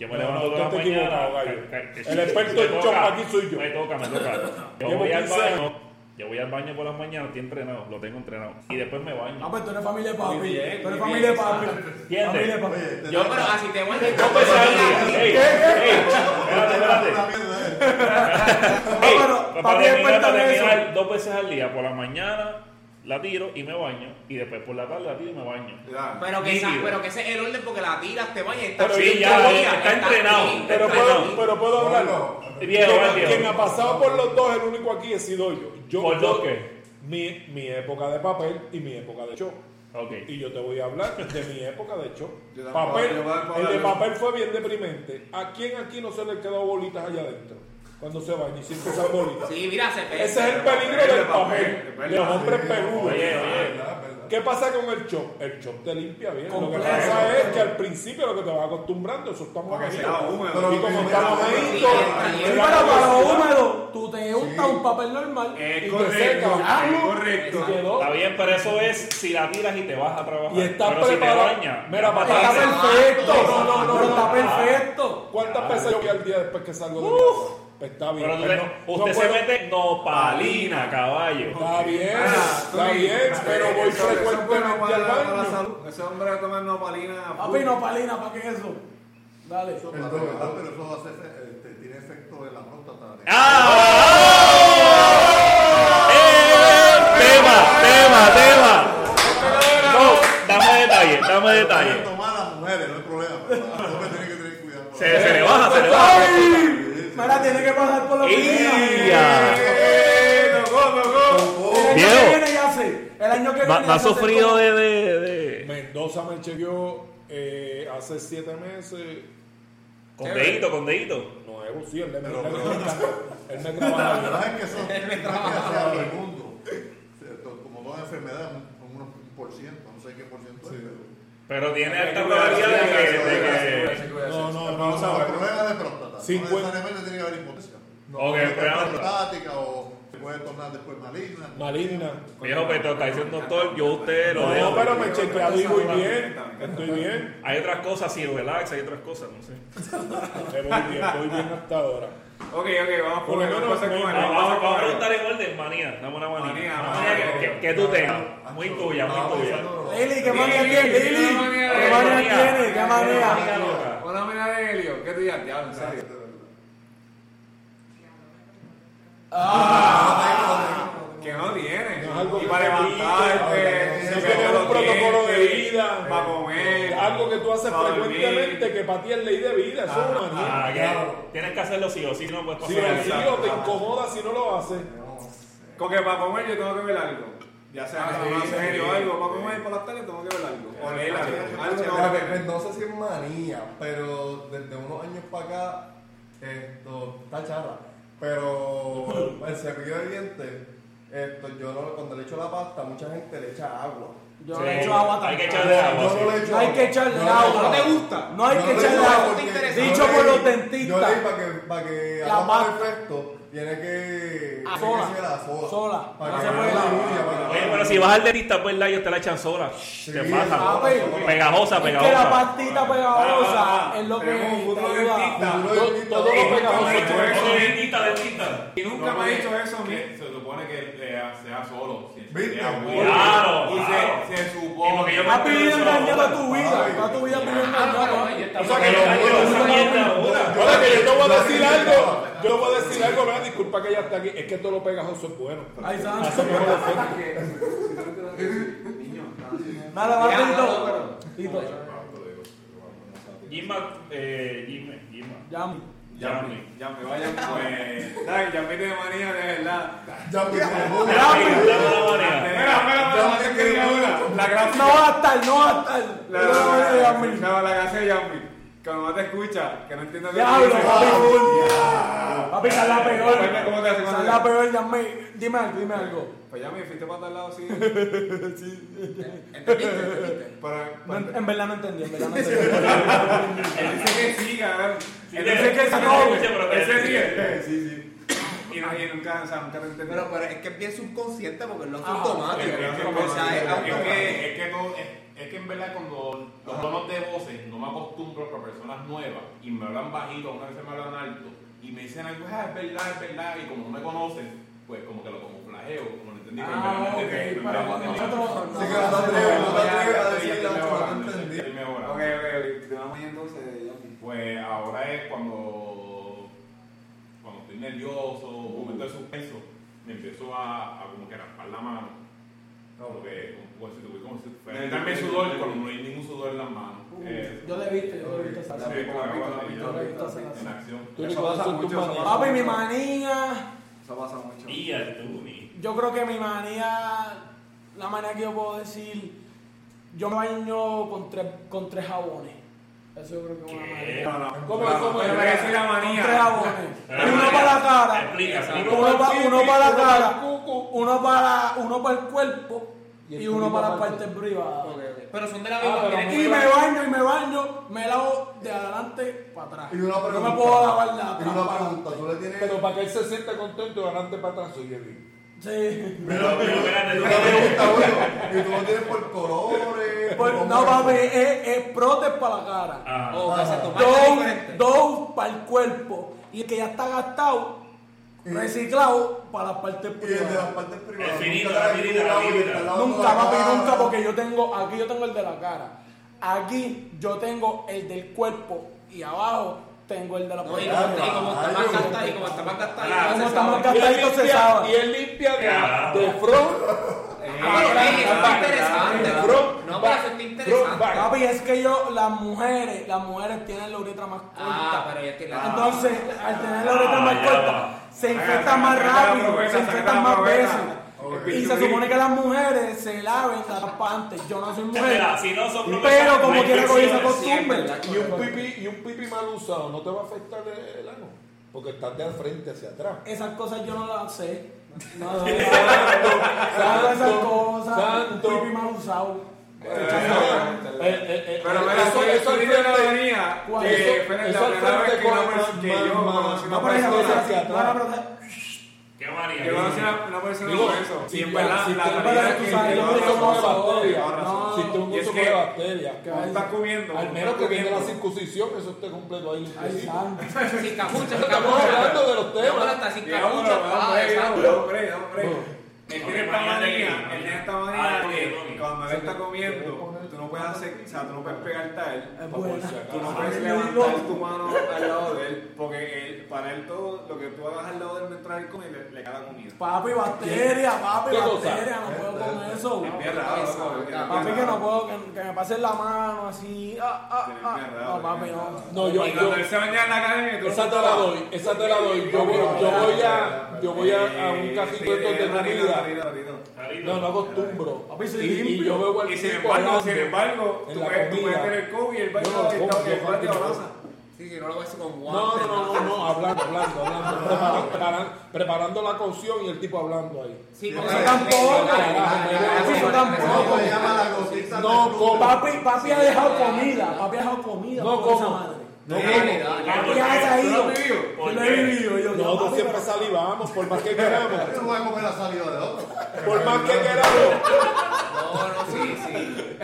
[SPEAKER 2] Yo me
[SPEAKER 4] No,
[SPEAKER 2] levanto
[SPEAKER 4] no,
[SPEAKER 2] toda la
[SPEAKER 4] tú te
[SPEAKER 2] mañana.
[SPEAKER 4] equivocas, gallo.
[SPEAKER 2] ca- ca- que
[SPEAKER 4] El
[SPEAKER 2] sí,
[SPEAKER 4] experto
[SPEAKER 2] me
[SPEAKER 4] en
[SPEAKER 2] toca,
[SPEAKER 4] chompa aquí soy yo.
[SPEAKER 2] Me toca, me toca. Yo
[SPEAKER 4] Llevo
[SPEAKER 2] voy al
[SPEAKER 4] 15 años.
[SPEAKER 2] baño. Yo voy al baño por las mañanas, estoy entrenado, lo tengo entrenado. Y después me baño.
[SPEAKER 4] Ah,
[SPEAKER 1] No, pues tú eres familia de papi.
[SPEAKER 3] Muy bien,
[SPEAKER 1] tú eres
[SPEAKER 3] muy
[SPEAKER 1] familia de
[SPEAKER 3] bien.
[SPEAKER 1] papi.
[SPEAKER 2] ¿Entiendes?
[SPEAKER 1] Familia de papi.
[SPEAKER 6] Oye, te-
[SPEAKER 5] Yo, pero así te vuelves.
[SPEAKER 2] No
[SPEAKER 4] pues,
[SPEAKER 2] pensaría. Ey, ey, espérate, espérate.
[SPEAKER 4] Ah,
[SPEAKER 6] Una mierda, eh.
[SPEAKER 2] Ey,
[SPEAKER 1] Bueno, para
[SPEAKER 2] pues para
[SPEAKER 1] mí es
[SPEAKER 2] terminar, para
[SPEAKER 1] cuenta de eso.
[SPEAKER 2] terminar, dos veces al día, por la mañana la tiro y me baño, y después por la tarde la tiro y me baño.
[SPEAKER 3] Ya.
[SPEAKER 5] Pero que, esa-
[SPEAKER 2] Nítido.
[SPEAKER 5] pero que ese es el orden porque la tiras, te bañas y estás
[SPEAKER 2] Pero sí,
[SPEAKER 5] bien
[SPEAKER 2] ya,
[SPEAKER 5] colorido,
[SPEAKER 2] está
[SPEAKER 5] estás
[SPEAKER 2] entrenado,
[SPEAKER 5] clean,
[SPEAKER 4] Pero
[SPEAKER 5] estás
[SPEAKER 4] puedo,
[SPEAKER 5] clean.
[SPEAKER 4] pero puedo hablar.
[SPEAKER 6] No,
[SPEAKER 2] Y
[SPEAKER 4] Quien,
[SPEAKER 2] Viejo, va,
[SPEAKER 4] ha- quien
[SPEAKER 2] viejo.
[SPEAKER 4] ha pasado por los dos, el único aquí he sido yo. yo
[SPEAKER 2] ¿Por
[SPEAKER 4] yo-
[SPEAKER 2] los qué?
[SPEAKER 4] Mi, mi época de papel y mi época de show.
[SPEAKER 2] Ok.
[SPEAKER 4] Y yo te voy a hablar de mi época de show.
[SPEAKER 3] Yo tampoco,
[SPEAKER 4] Papel,
[SPEAKER 3] yo tampoco
[SPEAKER 4] el de
[SPEAKER 3] hablo.
[SPEAKER 4] papel fue bien deprimente. ¿A quién aquí no se le quedó bolitas allá adentro? Cuando se baña y siente esas bolitas.
[SPEAKER 5] Sí, mira, se pega.
[SPEAKER 4] Ese es el peligro
[SPEAKER 3] papel,
[SPEAKER 4] del
[SPEAKER 3] de papel,
[SPEAKER 4] papel,
[SPEAKER 3] de
[SPEAKER 4] de los
[SPEAKER 3] papel.
[SPEAKER 4] hombres peludos.
[SPEAKER 2] Oye, oye.
[SPEAKER 6] Verdad, verdad.
[SPEAKER 4] ¿Qué pasa con el chop? El chop te limpia bien. Lo que
[SPEAKER 1] Completo.
[SPEAKER 4] pasa es que al principio lo que te vas acostumbrando, eso estamos
[SPEAKER 3] Para que
[SPEAKER 4] ahí.
[SPEAKER 3] sea húmedo.
[SPEAKER 4] Y como
[SPEAKER 6] Pero-
[SPEAKER 4] estamos
[SPEAKER 5] Sí,
[SPEAKER 4] ahí,
[SPEAKER 5] entra,
[SPEAKER 1] Sí,
[SPEAKER 5] y
[SPEAKER 4] te
[SPEAKER 1] pero
[SPEAKER 4] da
[SPEAKER 1] para lo
[SPEAKER 4] curiosidad.
[SPEAKER 1] húmedo, tú te untas un papel normal.
[SPEAKER 4] Y te
[SPEAKER 3] Es correcto,
[SPEAKER 4] seca.
[SPEAKER 3] es correcto.
[SPEAKER 4] Quedó.
[SPEAKER 2] Está bien, pero eso es si la tiras y te vas a trabajar.
[SPEAKER 4] Y estás
[SPEAKER 2] pero
[SPEAKER 4] preparado.
[SPEAKER 2] Si te bañas, ah,
[SPEAKER 4] Mira, para
[SPEAKER 1] Está
[SPEAKER 4] atrás.
[SPEAKER 5] Está
[SPEAKER 1] perfecto.
[SPEAKER 4] No, no, no,
[SPEAKER 1] Pero
[SPEAKER 4] no.
[SPEAKER 1] Está perfecto.
[SPEAKER 4] ¿Cuántas veces yo voy al día después que salgo de mi casa? Pues Está bien.
[SPEAKER 2] Pero tú
[SPEAKER 4] pues
[SPEAKER 2] te-
[SPEAKER 4] no-
[SPEAKER 2] usted
[SPEAKER 4] no
[SPEAKER 2] se
[SPEAKER 4] puedo-
[SPEAKER 2] mete nopalina, caballo.
[SPEAKER 4] Está bien,
[SPEAKER 3] Ah,
[SPEAKER 4] está
[SPEAKER 3] sí.
[SPEAKER 4] bien, pero
[SPEAKER 3] Eso-
[SPEAKER 4] voy
[SPEAKER 3] eso es bueno
[SPEAKER 4] frecuentemente
[SPEAKER 3] para
[SPEAKER 4] al
[SPEAKER 3] la- para la
[SPEAKER 4] baño.
[SPEAKER 3] salud. Ese hombre va a tomar nopalina.
[SPEAKER 1] Papi, no palina, ¿para qué eso? Dale.
[SPEAKER 6] Perdón, ¿verdad? Pero eso hace efe- este, tiene efecto en la próstata.
[SPEAKER 2] ¡Ah! ¡Eh! Tema, tema, tema. No, dame detalle, dame
[SPEAKER 6] Pueden
[SPEAKER 2] detalle.
[SPEAKER 6] tomar a las mujeres, no hay problema. Pero a los hombres tienen que tener cuidado.
[SPEAKER 2] Se, se le baja, se le baja.
[SPEAKER 1] ¡Ay! Mira, tiene que pasar por la
[SPEAKER 2] ¡Ia!
[SPEAKER 3] ¡Eh! ¡Tocó, tocó!
[SPEAKER 1] El año
[SPEAKER 2] Viejo.
[SPEAKER 1] que viene ya sé. El año que
[SPEAKER 2] Ma-
[SPEAKER 1] viene.
[SPEAKER 2] Me
[SPEAKER 1] ya
[SPEAKER 2] ha
[SPEAKER 1] sé
[SPEAKER 2] sufrido
[SPEAKER 1] cómo-
[SPEAKER 2] de, de, de-
[SPEAKER 4] Mendoza me chequeó eh, hace siete meses.
[SPEAKER 2] Con dedito, con dedito.
[SPEAKER 4] Nuevo, sí, él me,
[SPEAKER 6] Pero-
[SPEAKER 4] él me- él
[SPEAKER 6] La
[SPEAKER 4] me trabaja bien.
[SPEAKER 6] verdad es que son gracias al mundo. Esto, Como toda enfermedad, un, unos por ciento, no sé qué por ciento. es, pero-
[SPEAKER 2] Pero tiene
[SPEAKER 3] Hay que
[SPEAKER 2] alta
[SPEAKER 3] cuidarse,
[SPEAKER 2] probabilidad de
[SPEAKER 3] hay que cuidarse, hay que
[SPEAKER 2] que... De
[SPEAKER 3] cuidarse, hay que cuidarse.
[SPEAKER 4] No, no, no,
[SPEAKER 6] O sea,
[SPEAKER 4] no.
[SPEAKER 6] problema de próstata.
[SPEAKER 4] Cincuenta-
[SPEAKER 6] No necesariamente tiene que haber impotencia.
[SPEAKER 2] Ok,
[SPEAKER 6] Puede ser
[SPEAKER 2] pero-
[SPEAKER 6] prostática o se puede tornar después maligna.
[SPEAKER 4] Maligna.
[SPEAKER 2] que- Viejo, pero te lo está diciendo doctor, yo a usted lo
[SPEAKER 4] No,
[SPEAKER 2] dejo.
[SPEAKER 4] pero me chequea vivo y bien. Estoy bien.
[SPEAKER 2] Hay otras cosas, si relax, hay otras cosas, no sé.
[SPEAKER 4] Estoy bien, estoy bien hasta ahora.
[SPEAKER 3] Ok, ok, vamos por
[SPEAKER 4] Por lo
[SPEAKER 3] vamos
[SPEAKER 4] menos
[SPEAKER 3] a hacer
[SPEAKER 4] no-
[SPEAKER 3] con
[SPEAKER 2] Ah,
[SPEAKER 3] el-
[SPEAKER 2] Vamos,
[SPEAKER 3] con
[SPEAKER 2] vamos a
[SPEAKER 3] el-
[SPEAKER 2] preguntar en orden, manía. Dame una manía.
[SPEAKER 3] Manía,
[SPEAKER 2] Una
[SPEAKER 3] manía.
[SPEAKER 2] que- que, que tú tengas. Muy tuya, muy tuya.
[SPEAKER 1] Lili, ¿qué
[SPEAKER 3] Lili,
[SPEAKER 1] manía
[SPEAKER 3] Lili,
[SPEAKER 1] tiene?
[SPEAKER 3] Lili,
[SPEAKER 1] Lili, ¿qué
[SPEAKER 3] manía,
[SPEAKER 1] manía
[SPEAKER 2] manía.
[SPEAKER 1] tiene? ¿Qué
[SPEAKER 2] Manía
[SPEAKER 1] manía?
[SPEAKER 2] loca.
[SPEAKER 3] Una mina de helio, ¿qué tú ya? Diablo, en serio.
[SPEAKER 1] Ah.
[SPEAKER 3] Que no tiene.
[SPEAKER 4] No es algo
[SPEAKER 3] y
[SPEAKER 4] que
[SPEAKER 3] para
[SPEAKER 4] te
[SPEAKER 3] levantarte,
[SPEAKER 4] quita,
[SPEAKER 3] se me
[SPEAKER 4] no
[SPEAKER 3] duelen
[SPEAKER 4] tiene un
[SPEAKER 3] los
[SPEAKER 4] protocolo de
[SPEAKER 3] dientes,
[SPEAKER 4] vida.
[SPEAKER 3] Para comer.
[SPEAKER 4] Algo que tú haces
[SPEAKER 3] para dormir.
[SPEAKER 4] frecuentemente que para ti es ley de vida, eso es una manía.
[SPEAKER 2] Ah, que tienes que hacerlo sí o sí, no puedes
[SPEAKER 4] Si
[SPEAKER 2] pasar.
[SPEAKER 4] el
[SPEAKER 2] eso.
[SPEAKER 4] tío te incomoda si no lo haces.
[SPEAKER 3] Con que para comer yo tengo que ver algo. Ya sea
[SPEAKER 6] Ah,
[SPEAKER 3] que
[SPEAKER 6] sí,
[SPEAKER 3] me hace
[SPEAKER 6] sí.
[SPEAKER 3] helio o algo, para comer por las tardes tengo que ver algo. O leer algo. Algo tengo que ver.
[SPEAKER 6] No sé si es manía, pero desde unos años para acá, esto, está charra. Pero el cepillo de dientes, esto, yo no- cuando le echo la pasta, mucha gente le echa agua.
[SPEAKER 1] Yo
[SPEAKER 2] Sí,
[SPEAKER 1] le echo agua
[SPEAKER 2] Hay que
[SPEAKER 1] también.
[SPEAKER 2] echarle agua.
[SPEAKER 6] Yo no
[SPEAKER 2] sí.
[SPEAKER 6] le echo
[SPEAKER 1] No hay
[SPEAKER 6] agua.
[SPEAKER 1] que echarle
[SPEAKER 6] Yo no le
[SPEAKER 1] agua.
[SPEAKER 6] echo
[SPEAKER 1] ¿No te
[SPEAKER 6] agua.
[SPEAKER 5] gusta?
[SPEAKER 1] No hay
[SPEAKER 6] Yo
[SPEAKER 1] que
[SPEAKER 6] le echo
[SPEAKER 1] echarle
[SPEAKER 6] agua
[SPEAKER 1] agua.
[SPEAKER 6] porque-
[SPEAKER 5] Interesante.
[SPEAKER 1] Dicho por
[SPEAKER 6] yo leí-
[SPEAKER 1] los
[SPEAKER 6] Yo
[SPEAKER 1] dentistas.
[SPEAKER 6] para que, para que
[SPEAKER 1] La
[SPEAKER 6] haga más
[SPEAKER 1] pasta.
[SPEAKER 6] efecto, tiene que...
[SPEAKER 1] Ah,
[SPEAKER 6] tiene que
[SPEAKER 1] sola.
[SPEAKER 6] ser a sola.
[SPEAKER 1] Sola.
[SPEAKER 6] Para
[SPEAKER 1] No
[SPEAKER 6] que
[SPEAKER 1] se
[SPEAKER 6] haga
[SPEAKER 1] puede
[SPEAKER 6] la
[SPEAKER 1] lavar.
[SPEAKER 6] bulla, para que-
[SPEAKER 2] Oye, pero si vas al dentista, pues la ellos te la echan sola. te pasa.
[SPEAKER 1] papi.
[SPEAKER 2] Pegajosa,
[SPEAKER 1] Es que la
[SPEAKER 2] pegajosa.
[SPEAKER 1] pastita pegajosa
[SPEAKER 3] Ah,
[SPEAKER 1] es lo que
[SPEAKER 3] tenemos un
[SPEAKER 1] te
[SPEAKER 3] futuro
[SPEAKER 1] ayuda.
[SPEAKER 3] dentista.
[SPEAKER 6] Futuro
[SPEAKER 4] Todo-
[SPEAKER 6] dentista.
[SPEAKER 4] todo lo
[SPEAKER 6] Y nunca
[SPEAKER 4] pegajoso.
[SPEAKER 6] me he hecho eso.
[SPEAKER 2] Oye, Dentista, dentista.
[SPEAKER 3] Y nunca me ha dicho eso a mí.
[SPEAKER 7] Se supone que sea, sea solo. si-
[SPEAKER 6] ¿Viste?
[SPEAKER 7] sea bueno.
[SPEAKER 2] Claro,
[SPEAKER 3] Y
[SPEAKER 2] claro.
[SPEAKER 3] se, se
[SPEAKER 2] Y
[SPEAKER 3] supone.
[SPEAKER 2] porque yo me
[SPEAKER 1] Has vivido
[SPEAKER 2] Eso,
[SPEAKER 1] engañado tu vida.
[SPEAKER 6] Ay.
[SPEAKER 1] Toda tu vida has vivido
[SPEAKER 5] Ah,
[SPEAKER 1] engañado.
[SPEAKER 5] no, pero
[SPEAKER 1] papi.
[SPEAKER 5] ya está.
[SPEAKER 2] O sea que yo
[SPEAKER 6] Pero,
[SPEAKER 2] esa mierda ahora.
[SPEAKER 4] Ahora que yo te voy a decir
[SPEAKER 6] Yo-
[SPEAKER 4] algo, yo te voy a decir algo, ¿verdad? Disculpa que ella está aquí, es que todo lo pegajoso es bueno.
[SPEAKER 1] Ay,
[SPEAKER 4] Hace
[SPEAKER 1] santo.
[SPEAKER 4] mejor efecto.
[SPEAKER 3] Niño,
[SPEAKER 1] Nada,
[SPEAKER 5] Ya, no,
[SPEAKER 1] va,
[SPEAKER 5] pero-
[SPEAKER 1] Tito. Tito.
[SPEAKER 2] Gimma, eh, Gimma, Gimma.
[SPEAKER 1] Yami.
[SPEAKER 2] Yami.
[SPEAKER 3] Ya me vayan pues. Dale, ya me tiene manía de verdad.
[SPEAKER 6] Ya me
[SPEAKER 2] Yami, dame la manera.
[SPEAKER 3] Espera, espera, espera, espera. La
[SPEAKER 1] No
[SPEAKER 3] gracia.
[SPEAKER 1] va a estar, no va a estar.
[SPEAKER 3] La,
[SPEAKER 1] No lo voy
[SPEAKER 3] la,
[SPEAKER 1] a decir a mí.
[SPEAKER 3] no, la gracia de Yami. Cuando más te escucha, que no entiendo qué
[SPEAKER 1] Diablo,
[SPEAKER 3] dice.
[SPEAKER 1] papi. Papi, esa es la peor.
[SPEAKER 3] Cuéntame cómo te hace,
[SPEAKER 1] Esa
[SPEAKER 3] cómo
[SPEAKER 1] es
[SPEAKER 3] te
[SPEAKER 1] la
[SPEAKER 3] hace.
[SPEAKER 1] peor, Yasmín. Dime algo, dime algo.
[SPEAKER 3] Pues Yami, fuiste para tal lado, sí.
[SPEAKER 5] ¿Entendiste? ¿Entendiste?
[SPEAKER 3] Para,
[SPEAKER 1] No,
[SPEAKER 3] para-
[SPEAKER 1] en en verdad no entendí, en verdad no entendí.
[SPEAKER 3] Él dice que sí, cabrón. Él
[SPEAKER 2] te-
[SPEAKER 3] dice que
[SPEAKER 2] te
[SPEAKER 3] sí,
[SPEAKER 2] escucha, pero te-
[SPEAKER 3] Él se ríe. Sí, sí. Y, no- y nunca, o sea, nunca te entendí.
[SPEAKER 5] Pero, pero es que es bien subconsciente porque es lo
[SPEAKER 1] Ah,
[SPEAKER 5] automático.
[SPEAKER 7] Es que- es que-
[SPEAKER 5] O sea, es
[SPEAKER 7] es
[SPEAKER 5] automático.
[SPEAKER 7] que- es que todo- es- es que en verdad cuando los tonos de voces no me acostumbro con personas nuevas y me hablan bajito, una vez me hablan alto y me dicen algo, "Ah, es verdad, es verdad, y como no me conocen, pues como que lo camuflajeo, como lo entendí. pero
[SPEAKER 1] Ah,
[SPEAKER 7] me- me- me- me-
[SPEAKER 1] ok,
[SPEAKER 7] me-
[SPEAKER 1] para
[SPEAKER 7] me-
[SPEAKER 1] cuando
[SPEAKER 7] me-
[SPEAKER 1] nosotros.
[SPEAKER 6] Sí, que no te atreves, no te atreves a
[SPEAKER 7] Estoy
[SPEAKER 6] decir la que no
[SPEAKER 7] mejorando,
[SPEAKER 6] entendí.
[SPEAKER 7] estoy mejorando.
[SPEAKER 3] Ok, ok, ok. Te vamos ahí entonces, Yami.
[SPEAKER 7] Pues ahora es cuando, cuando estoy nervioso, un momento de suspenso, me empiezo a, a como que raspar la mano. Como que, como si tuviera como si fuera. Darme sudor cuando no hay ningún sudor en las manos.
[SPEAKER 3] Uh.
[SPEAKER 7] Eh,
[SPEAKER 1] Yo le he visto, yo le he visto esa
[SPEAKER 7] sí,
[SPEAKER 1] serie.
[SPEAKER 7] como que cuando-
[SPEAKER 1] Yo le he visto esa
[SPEAKER 7] en
[SPEAKER 1] serie.
[SPEAKER 7] acción.
[SPEAKER 4] Tú
[SPEAKER 3] Eso
[SPEAKER 4] no conoces
[SPEAKER 3] pasa
[SPEAKER 4] tus
[SPEAKER 3] mucho, eso
[SPEAKER 4] manías.
[SPEAKER 3] pasa
[SPEAKER 1] Papi, mi
[SPEAKER 3] mucho.
[SPEAKER 1] manía.
[SPEAKER 3] Eso pasa mucho.
[SPEAKER 2] Y Artuni.
[SPEAKER 1] Yo creo que mi manía. La manía que yo puedo decir. Yo me baño con tres, con tres jabones. Eso yo creo que es una
[SPEAKER 3] No,
[SPEAKER 1] manía.
[SPEAKER 3] no.
[SPEAKER 4] ¿Cómo
[SPEAKER 3] Pero-
[SPEAKER 4] es? ¿Cómo es?
[SPEAKER 3] pero es la manía.
[SPEAKER 1] Tres jabones.
[SPEAKER 2] Pero
[SPEAKER 1] Uno
[SPEAKER 2] María,
[SPEAKER 1] para la cara.
[SPEAKER 2] explica, explica.
[SPEAKER 1] Uno, pa-
[SPEAKER 4] Uno
[SPEAKER 1] uno
[SPEAKER 4] para
[SPEAKER 1] para
[SPEAKER 4] el
[SPEAKER 1] la
[SPEAKER 4] cuco,
[SPEAKER 1] cara.
[SPEAKER 4] uno para el cuco.
[SPEAKER 1] Uno para, uno para el cuerpo.
[SPEAKER 4] Y el
[SPEAKER 1] Y uno
[SPEAKER 4] cuco
[SPEAKER 1] para las
[SPEAKER 4] para el
[SPEAKER 1] partes privadas.
[SPEAKER 5] Pero son de la
[SPEAKER 4] Ah,
[SPEAKER 5] misma.
[SPEAKER 4] pero
[SPEAKER 5] tienen
[SPEAKER 1] Y
[SPEAKER 5] que-
[SPEAKER 1] me baño, y me baño, me lavo de adelante para atrás.
[SPEAKER 6] Y una pregunta.
[SPEAKER 1] no me puedo lavar la
[SPEAKER 6] Y una
[SPEAKER 1] tapa.
[SPEAKER 6] pregunta, tú le tienes.
[SPEAKER 4] Pero para que él se sienta contento, adelante para atrás, oye bien.
[SPEAKER 1] Sí.
[SPEAKER 2] Pero, pero, espérate, tú
[SPEAKER 6] Una
[SPEAKER 2] también.
[SPEAKER 6] pregunta, bueno, y tú lo tienes por colores.
[SPEAKER 1] Pues,
[SPEAKER 6] por-
[SPEAKER 1] no, papi, es, es protes para la cara.
[SPEAKER 2] Ah,
[SPEAKER 5] O sea, Oh, pues, se toman diferente.
[SPEAKER 1] Dos, dos para el cuerpo. Y el que ya está gastado, reciclado para las partes
[SPEAKER 6] Y el de las
[SPEAKER 1] privadas.
[SPEAKER 6] partes privadas.
[SPEAKER 2] El finito,
[SPEAKER 6] Nunca
[SPEAKER 2] la
[SPEAKER 6] te has
[SPEAKER 2] finita, la
[SPEAKER 6] curado y
[SPEAKER 2] finita.
[SPEAKER 6] te has lavado
[SPEAKER 1] Nunca,
[SPEAKER 6] toda la
[SPEAKER 1] papi,
[SPEAKER 6] cara.
[SPEAKER 1] nunca, porque yo tengo, aquí yo tengo el de la cara. Aquí yo tengo el del cuerpo y abajo tengo el de la
[SPEAKER 5] No, y
[SPEAKER 1] parte
[SPEAKER 5] como, y como está más
[SPEAKER 6] Ay,
[SPEAKER 5] gastada, y como está más gastada,
[SPEAKER 1] Como
[SPEAKER 5] y
[SPEAKER 1] está más
[SPEAKER 4] Y él
[SPEAKER 1] gastadito se
[SPEAKER 4] limpia,
[SPEAKER 1] sabe.
[SPEAKER 4] y él limpia
[SPEAKER 2] Ya.
[SPEAKER 4] de, de front.
[SPEAKER 5] Ah, pero ahí, eso está
[SPEAKER 4] Back,
[SPEAKER 5] interesante.
[SPEAKER 4] back,
[SPEAKER 5] bro.
[SPEAKER 4] front,
[SPEAKER 5] No, pero
[SPEAKER 4] back,
[SPEAKER 5] eso está
[SPEAKER 4] front,
[SPEAKER 5] interesante.
[SPEAKER 4] back.
[SPEAKER 1] Papi, es que yo, las mujeres, las mujeres tienen la uretra más corta.
[SPEAKER 5] Ah, pero ya tiene la.
[SPEAKER 1] Entonces, al tener la uretra
[SPEAKER 2] Ah,
[SPEAKER 1] más
[SPEAKER 2] ya
[SPEAKER 1] corta,
[SPEAKER 2] va.
[SPEAKER 1] se
[SPEAKER 3] Saca,
[SPEAKER 1] infectan
[SPEAKER 3] saca
[SPEAKER 1] más
[SPEAKER 3] Ah, la
[SPEAKER 1] rápido,
[SPEAKER 3] probeta,
[SPEAKER 1] se
[SPEAKER 3] saca
[SPEAKER 1] infectan
[SPEAKER 3] la
[SPEAKER 1] más
[SPEAKER 3] probeta.
[SPEAKER 1] veces.
[SPEAKER 3] Ok.
[SPEAKER 1] Y se supone que las mujeres se laven la tapa antes. Yo no soy mujer,
[SPEAKER 2] Mira, si no son profesionales,
[SPEAKER 1] pero como
[SPEAKER 2] no hay
[SPEAKER 1] quiera cogí esa
[SPEAKER 2] fricciones.
[SPEAKER 1] costumbre.
[SPEAKER 4] Y un pipí, y un pipí mal usado no te va a afectar el el ano. Porque estás de al frente hacia atrás.
[SPEAKER 1] Esas cosas yo no las sé. No, no, no, no, no, esas
[SPEAKER 4] santo,
[SPEAKER 1] cosas.
[SPEAKER 4] santo.
[SPEAKER 1] Un pipi más usado.
[SPEAKER 4] Eh, eh, eh,
[SPEAKER 3] Pero
[SPEAKER 4] eh,
[SPEAKER 3] mira, eso
[SPEAKER 4] eso-
[SPEAKER 3] es
[SPEAKER 4] eso
[SPEAKER 3] la
[SPEAKER 4] al frente-
[SPEAKER 3] ironía.
[SPEAKER 1] ¿Cuál?
[SPEAKER 3] Que
[SPEAKER 4] Eso-
[SPEAKER 3] fue la
[SPEAKER 4] eso al
[SPEAKER 3] primera vez
[SPEAKER 4] frente
[SPEAKER 3] que una
[SPEAKER 4] con
[SPEAKER 3] persona- que
[SPEAKER 4] más-
[SPEAKER 3] yo
[SPEAKER 4] más-
[SPEAKER 3] conocí una
[SPEAKER 1] No, pero esas
[SPEAKER 3] persona-
[SPEAKER 1] cosas así.
[SPEAKER 4] hacia
[SPEAKER 1] No, no,
[SPEAKER 4] atrás.
[SPEAKER 1] pero-
[SPEAKER 2] Qué manía.
[SPEAKER 3] que conocí una- una persona
[SPEAKER 4] Digo,
[SPEAKER 3] por eso.
[SPEAKER 4] si
[SPEAKER 3] Y en
[SPEAKER 4] ya,
[SPEAKER 3] verdad,
[SPEAKER 4] si
[SPEAKER 3] la
[SPEAKER 4] te-
[SPEAKER 3] realidad
[SPEAKER 4] para
[SPEAKER 3] es
[SPEAKER 4] tú
[SPEAKER 3] que
[SPEAKER 4] sabes,
[SPEAKER 3] yo
[SPEAKER 4] yo tengo
[SPEAKER 3] conozco-
[SPEAKER 4] como
[SPEAKER 3] conozco-
[SPEAKER 4] bacteria.
[SPEAKER 3] ahora
[SPEAKER 1] No.
[SPEAKER 4] Si tú
[SPEAKER 3] Y es
[SPEAKER 4] no
[SPEAKER 3] que-
[SPEAKER 4] de bacterias.
[SPEAKER 3] No estás comiendo.
[SPEAKER 4] Al
[SPEAKER 3] no
[SPEAKER 4] menos que
[SPEAKER 3] estás
[SPEAKER 4] tenga la
[SPEAKER 3] comiendo.
[SPEAKER 4] circuncisión, eso esté completo ahí.
[SPEAKER 1] Ay,
[SPEAKER 4] limpiecito.
[SPEAKER 1] santo.
[SPEAKER 5] Sin capucha, sin
[SPEAKER 4] Estamos hablando de los temas.
[SPEAKER 5] está sin
[SPEAKER 3] Llegamos,
[SPEAKER 5] capucha.
[SPEAKER 3] eh. pero,
[SPEAKER 5] Ah,
[SPEAKER 3] hombre,
[SPEAKER 5] exacto.
[SPEAKER 1] eh,
[SPEAKER 3] hombre, hombre. Él tiene esta
[SPEAKER 2] manía de-
[SPEAKER 3] manía, él tiene esta
[SPEAKER 2] Ah,
[SPEAKER 3] manía
[SPEAKER 2] de
[SPEAKER 3] de
[SPEAKER 2] Tony.
[SPEAKER 3] eh, que cuando él está comiendo, tú no puedes hacer, o sea, tú no puedes pegarte a él.
[SPEAKER 1] Es buena.
[SPEAKER 3] Tú no puedes levantar tu mano al lado de él, porque él- para él todo lo que tú hagas al lado de él mientras él come le, le cae la comida.
[SPEAKER 1] Papi, bacteria, papi,
[SPEAKER 4] ¿Qué cosa?
[SPEAKER 1] bacteria. No puedo con eso.
[SPEAKER 3] Es bien raro,
[SPEAKER 5] Eso,
[SPEAKER 3] loco, es bien
[SPEAKER 5] papi,
[SPEAKER 1] Ah, Papi,
[SPEAKER 3] raro.
[SPEAKER 1] que no puedo, que, que me pasen la mano así. Ah, ah,
[SPEAKER 3] Tienes
[SPEAKER 1] ah.
[SPEAKER 3] bien raro,
[SPEAKER 1] No, papi,
[SPEAKER 3] tienes bien
[SPEAKER 1] no.
[SPEAKER 3] raro.
[SPEAKER 4] No, yo,
[SPEAKER 3] Y cuando
[SPEAKER 4] yo,
[SPEAKER 3] él se baña en la academia, tú
[SPEAKER 4] esa
[SPEAKER 3] no
[SPEAKER 4] te la doy, esa te la doy. Yo voy, yo voy a, yo voy a, a
[SPEAKER 3] Eh,
[SPEAKER 4] un cajito de estos
[SPEAKER 3] Rarito,
[SPEAKER 4] de comida.
[SPEAKER 3] rarito, rarito.
[SPEAKER 2] Carito.
[SPEAKER 4] No, no acostumbro.
[SPEAKER 1] Papi, soy
[SPEAKER 4] Y- Y
[SPEAKER 1] limpio.
[SPEAKER 4] yo veo al
[SPEAKER 3] Y sin
[SPEAKER 4] tipo
[SPEAKER 3] embargo,
[SPEAKER 4] hablando.
[SPEAKER 3] sin embargo,
[SPEAKER 4] en
[SPEAKER 3] tú
[SPEAKER 4] la
[SPEAKER 3] puedes, tú puedes
[SPEAKER 4] comida.
[SPEAKER 3] tener COVID y el baño
[SPEAKER 4] Yo no como, yo
[SPEAKER 3] el baño
[SPEAKER 4] como.
[SPEAKER 3] abraza.
[SPEAKER 5] Sí, sí, no lo voy a decir con
[SPEAKER 4] No,
[SPEAKER 5] guantes.
[SPEAKER 4] no, no, no, no, hablando, hablando, hablando. Preparando, preparan- preparando la cocción y el tipo hablando ahí.
[SPEAKER 5] Sí,
[SPEAKER 6] Eso
[SPEAKER 5] porque-
[SPEAKER 1] tampoco,
[SPEAKER 5] Dale, dale, dale,
[SPEAKER 1] eso
[SPEAKER 5] dale,
[SPEAKER 1] tampoco.
[SPEAKER 6] ¿Cómo se llama la cosita?
[SPEAKER 4] No,
[SPEAKER 6] de-
[SPEAKER 4] como.
[SPEAKER 1] Papi, papi ha dejado comida. Papi ha dejado comida.
[SPEAKER 4] No
[SPEAKER 1] por esa
[SPEAKER 4] como.
[SPEAKER 1] madre.
[SPEAKER 4] No
[SPEAKER 5] Dale,
[SPEAKER 4] como.
[SPEAKER 5] dale.
[SPEAKER 2] Ah,
[SPEAKER 1] Papi
[SPEAKER 2] ¿por
[SPEAKER 1] ya
[SPEAKER 2] qué?
[SPEAKER 1] se ha
[SPEAKER 2] ¿Tú
[SPEAKER 1] ido.
[SPEAKER 2] lo has vivido?
[SPEAKER 1] Yo
[SPEAKER 2] ¿Por
[SPEAKER 1] lo
[SPEAKER 2] qué?
[SPEAKER 1] he vivido. yo, yo,
[SPEAKER 4] Nosotros
[SPEAKER 1] papi,
[SPEAKER 4] siempre
[SPEAKER 1] pero-
[SPEAKER 4] salivamos, por más que queramos.
[SPEAKER 6] Yo no voy a comer la salida de otro.
[SPEAKER 4] Por más que queramos,
[SPEAKER 5] No, no, sí, sí.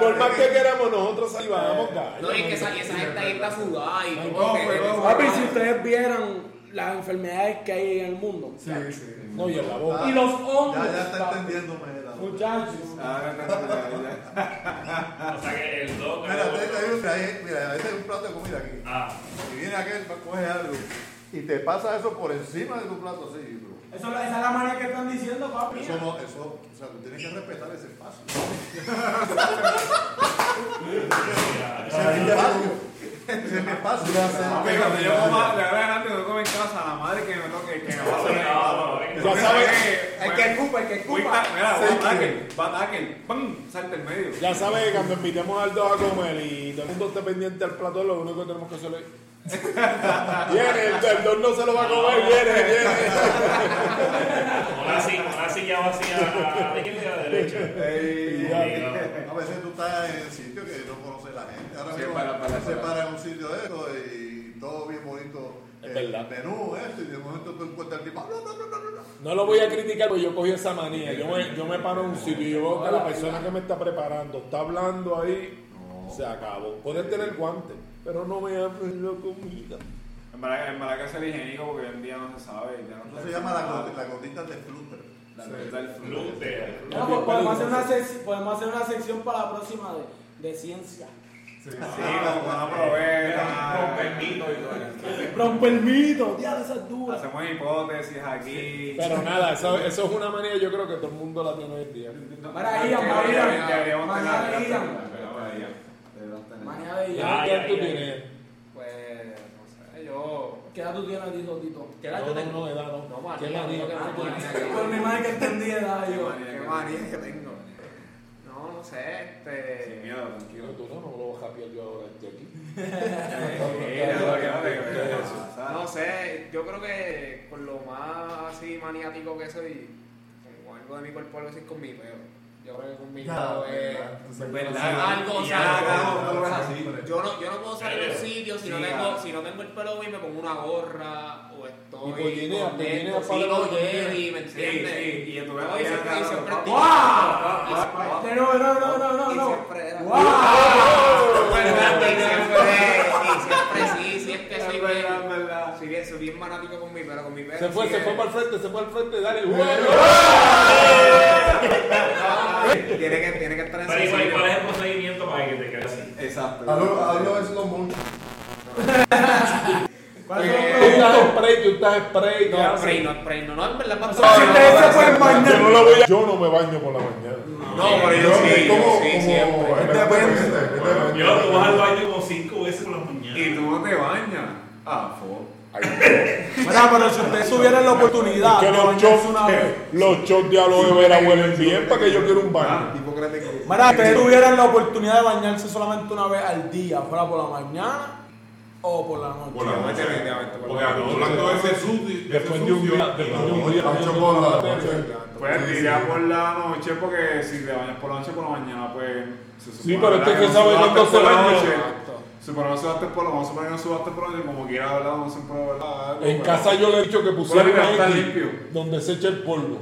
[SPEAKER 4] por más que queramos, nosotros salivamos, gallo.
[SPEAKER 5] No, y que esa, y esa gente ahí está sudada y
[SPEAKER 3] ojo,
[SPEAKER 5] todo. que-
[SPEAKER 3] ojo.
[SPEAKER 1] Papi, si ustedes vieran las enfermedades que hay en el mundo.
[SPEAKER 6] Sí, sí.
[SPEAKER 4] No, y en la boca.
[SPEAKER 1] Y los
[SPEAKER 6] Ya, ya
[SPEAKER 1] hombres.
[SPEAKER 6] está
[SPEAKER 1] papi.
[SPEAKER 6] entendiendo, Mela.
[SPEAKER 1] Muchachos.
[SPEAKER 3] Ah, no, no, no, no, no.
[SPEAKER 2] O sea que el dos.
[SPEAKER 6] Mira, te-
[SPEAKER 4] eh.
[SPEAKER 6] te digo que hay- mira, este es un plato de comida aquí.
[SPEAKER 2] Ah,
[SPEAKER 6] Y viene aquel, coge algo. Y te pasa eso por encima de tu plato así, bro.
[SPEAKER 1] Eso- Esa es la manera que están diciendo, papi.
[SPEAKER 6] Eso no, eso, o sea, tú tienes que respetar ese espacio. ese espacio. ese es mi espacio.
[SPEAKER 3] Papi, cuando yo coma, le voy adelante, no como en casa, la madre que me toque, que me va a hacer.
[SPEAKER 4] Ya sabes,
[SPEAKER 5] El que escupa, el que
[SPEAKER 3] Voy
[SPEAKER 5] escupa.
[SPEAKER 3] ta- Mira, va a tackle, va a tackle, ¡pam! Salta el medio.
[SPEAKER 4] ya sabes que cuando invitemos al dos a comer y todo el mundo esté pendiente al plato, lo único que tenemos que hacer es. viene, el, el dos no se lo va a comer, viene, viene.
[SPEAKER 2] Una silla, una silla vacía a la izquierda y a la derecha. Obligado.
[SPEAKER 6] A veces tú estás en el sitio que no conoces la gente. Ahora
[SPEAKER 3] Sí,
[SPEAKER 6] mismo
[SPEAKER 3] para- para-
[SPEAKER 6] se
[SPEAKER 3] para.
[SPEAKER 6] para en un sitio de eso y todo bien bonito.
[SPEAKER 4] Es
[SPEAKER 6] eh,
[SPEAKER 4] verdad.
[SPEAKER 6] menú, eso, y de momento tú encuentras el tipo. "Ah, No, no, no, no, no, no".
[SPEAKER 4] No lo voy a criticar porque yo cogí esa manía. Yo me, yo me paro en un sitio y yo veo que la persona que me está preparando está hablando ahí. Se acabó. Puedes tener guante, pero no me hables la comida.
[SPEAKER 3] En verdad, en verdad que es el higiénico porque hoy en día no se sabe. Ya no
[SPEAKER 6] Eso se llama la, goti- la gotita de flutter.
[SPEAKER 3] La gotita del flujo.
[SPEAKER 2] Lute.
[SPEAKER 1] No, pues podemos, hacer una sec- podemos hacer una sección para la próxima de, de ciencia.
[SPEAKER 3] Sí, como una
[SPEAKER 4] Ah,
[SPEAKER 3] probeta.
[SPEAKER 1] Rompe el mito, ya esas dudas.
[SPEAKER 3] Hacemos hipótesis aquí.
[SPEAKER 4] Pero nada, eso, eso es una manía yo creo que todo el mundo la tiene hoy en día.
[SPEAKER 1] Para Ian, para Ian. Mañana de Ian. Mañana de Ian.
[SPEAKER 2] Ay,
[SPEAKER 4] ¿Qué edad
[SPEAKER 2] ay,
[SPEAKER 4] tú
[SPEAKER 2] ay.
[SPEAKER 4] tienes?
[SPEAKER 5] Pues, no sé, yo.
[SPEAKER 1] ¿Qué edad tú tienes, dijo Tito?
[SPEAKER 5] ¿Qué
[SPEAKER 4] No,
[SPEAKER 5] edad yo
[SPEAKER 4] no,
[SPEAKER 5] tengo?
[SPEAKER 4] no, edad no.
[SPEAKER 5] No,
[SPEAKER 4] ¿Qué
[SPEAKER 5] manía,
[SPEAKER 4] manía?
[SPEAKER 5] no, que manía.
[SPEAKER 1] Por Pues, mi madre que entendí edad, yo.
[SPEAKER 5] Qué manía que tengo. No, no sé, este.
[SPEAKER 3] Miedo,
[SPEAKER 4] Pero
[SPEAKER 3] tranquilo.
[SPEAKER 4] tú no, no lo vas a japear yo ahora este aquí.
[SPEAKER 5] No sé, yo creo que con lo más así maniático que soy, con algo de mi cuerpo, algo así es con mi peo. Yo creo que con mi peo
[SPEAKER 4] eh,
[SPEAKER 5] es.
[SPEAKER 4] pues,
[SPEAKER 5] Algo,
[SPEAKER 3] Y
[SPEAKER 5] saco,
[SPEAKER 3] algo, algo así.
[SPEAKER 5] Yo no, yo no puedo salir de un
[SPEAKER 2] Sí.
[SPEAKER 5] sitio si, no
[SPEAKER 3] Sí,
[SPEAKER 5] tengo,
[SPEAKER 3] claro.
[SPEAKER 5] si no tengo el pelo bien, me pongo una gorra o estoy.
[SPEAKER 4] Y
[SPEAKER 1] pues
[SPEAKER 4] pollinea,
[SPEAKER 5] con
[SPEAKER 4] pollinea
[SPEAKER 5] esto,
[SPEAKER 4] para
[SPEAKER 5] sí,
[SPEAKER 4] los
[SPEAKER 5] no, Jerry, ¿me
[SPEAKER 4] pollineos.
[SPEAKER 3] Sí, sí,
[SPEAKER 5] entiendes?
[SPEAKER 3] y en tu
[SPEAKER 5] No, y siempre- y siempre estoy-
[SPEAKER 1] Este No, no, no, no, no,
[SPEAKER 5] Y
[SPEAKER 1] no.
[SPEAKER 5] siempre era-
[SPEAKER 1] ¡Wow!
[SPEAKER 5] Y siempre, y siempre sí, sí, es que soy
[SPEAKER 3] Es
[SPEAKER 5] bien,
[SPEAKER 3] verdad, es verdad.
[SPEAKER 5] soy bien, soy bien fanático con mi pelo, con mi pelo.
[SPEAKER 4] Se fue,
[SPEAKER 5] sí
[SPEAKER 4] se
[SPEAKER 5] que-
[SPEAKER 4] fue para el frente, se fue al frente, dale. ¡Bueno! pues,
[SPEAKER 5] Tiene que, tiene que estar en
[SPEAKER 2] Pero igual,
[SPEAKER 5] sitio.
[SPEAKER 2] ¿cuál es el procedimiento para que te quede así?
[SPEAKER 4] pues,
[SPEAKER 3] Exacto.
[SPEAKER 5] Eh,
[SPEAKER 6] Adiós, slow motion.
[SPEAKER 1] ¿Cuáles son
[SPEAKER 4] Tú
[SPEAKER 1] los
[SPEAKER 4] estás
[SPEAKER 1] productos?
[SPEAKER 4] spray, tú estás spray. ¿qué
[SPEAKER 5] No,
[SPEAKER 4] haces?
[SPEAKER 5] spray, no, spray, no, no, en verdad,
[SPEAKER 1] O sea, si ustedes se pueden
[SPEAKER 4] Yo no
[SPEAKER 1] bañar.
[SPEAKER 4] lo voy a- Yo no me baño por la mañana.
[SPEAKER 5] No, pero yo sí, yo sí, siempre.
[SPEAKER 4] pues,
[SPEAKER 2] Yo, tú vas al baño como cinco veces por la mañana.
[SPEAKER 3] Y tú no te bañas. Ah, fo.
[SPEAKER 1] Mira, pero si ustedes tuvieran la oportunidad
[SPEAKER 4] Que
[SPEAKER 1] de
[SPEAKER 4] los
[SPEAKER 1] bañarse una vez.
[SPEAKER 4] shots, pues, los shots de aloe vera huelen bien para que yo quiera un
[SPEAKER 3] Ah.
[SPEAKER 4] baño.
[SPEAKER 1] Mira, si ustedes tuvieran la oportunidad de bañarse solamente una vez al día, fuera por la mañana o por la noche.
[SPEAKER 7] Hola,
[SPEAKER 3] Vete, vete, vete, por
[SPEAKER 7] Porque hablando de ese sucio.
[SPEAKER 4] Después de un día, después de un día.
[SPEAKER 6] Ah, chocolate.
[SPEAKER 3] Pues diría por la noche, porque si te bañas por la noche, por la mañana, pues. se supone,
[SPEAKER 4] pero
[SPEAKER 3] ¿verdad?
[SPEAKER 4] esto
[SPEAKER 3] que no
[SPEAKER 4] se sabe
[SPEAKER 3] sudaste
[SPEAKER 4] cuándo
[SPEAKER 3] por
[SPEAKER 4] se
[SPEAKER 3] la
[SPEAKER 4] bañó.
[SPEAKER 3] noche.
[SPEAKER 4] Exacto.
[SPEAKER 3] Supongo que no sudaste por la vamos a suponer que no sudaste por la noche, como quiera, ¿verdad? No siempre, ¿verdad?
[SPEAKER 4] En
[SPEAKER 3] Pero-
[SPEAKER 4] casa yo le he dicho que pusieran
[SPEAKER 3] Bueno, está
[SPEAKER 4] ahí
[SPEAKER 3] limpio.
[SPEAKER 4] donde se echa el polvo.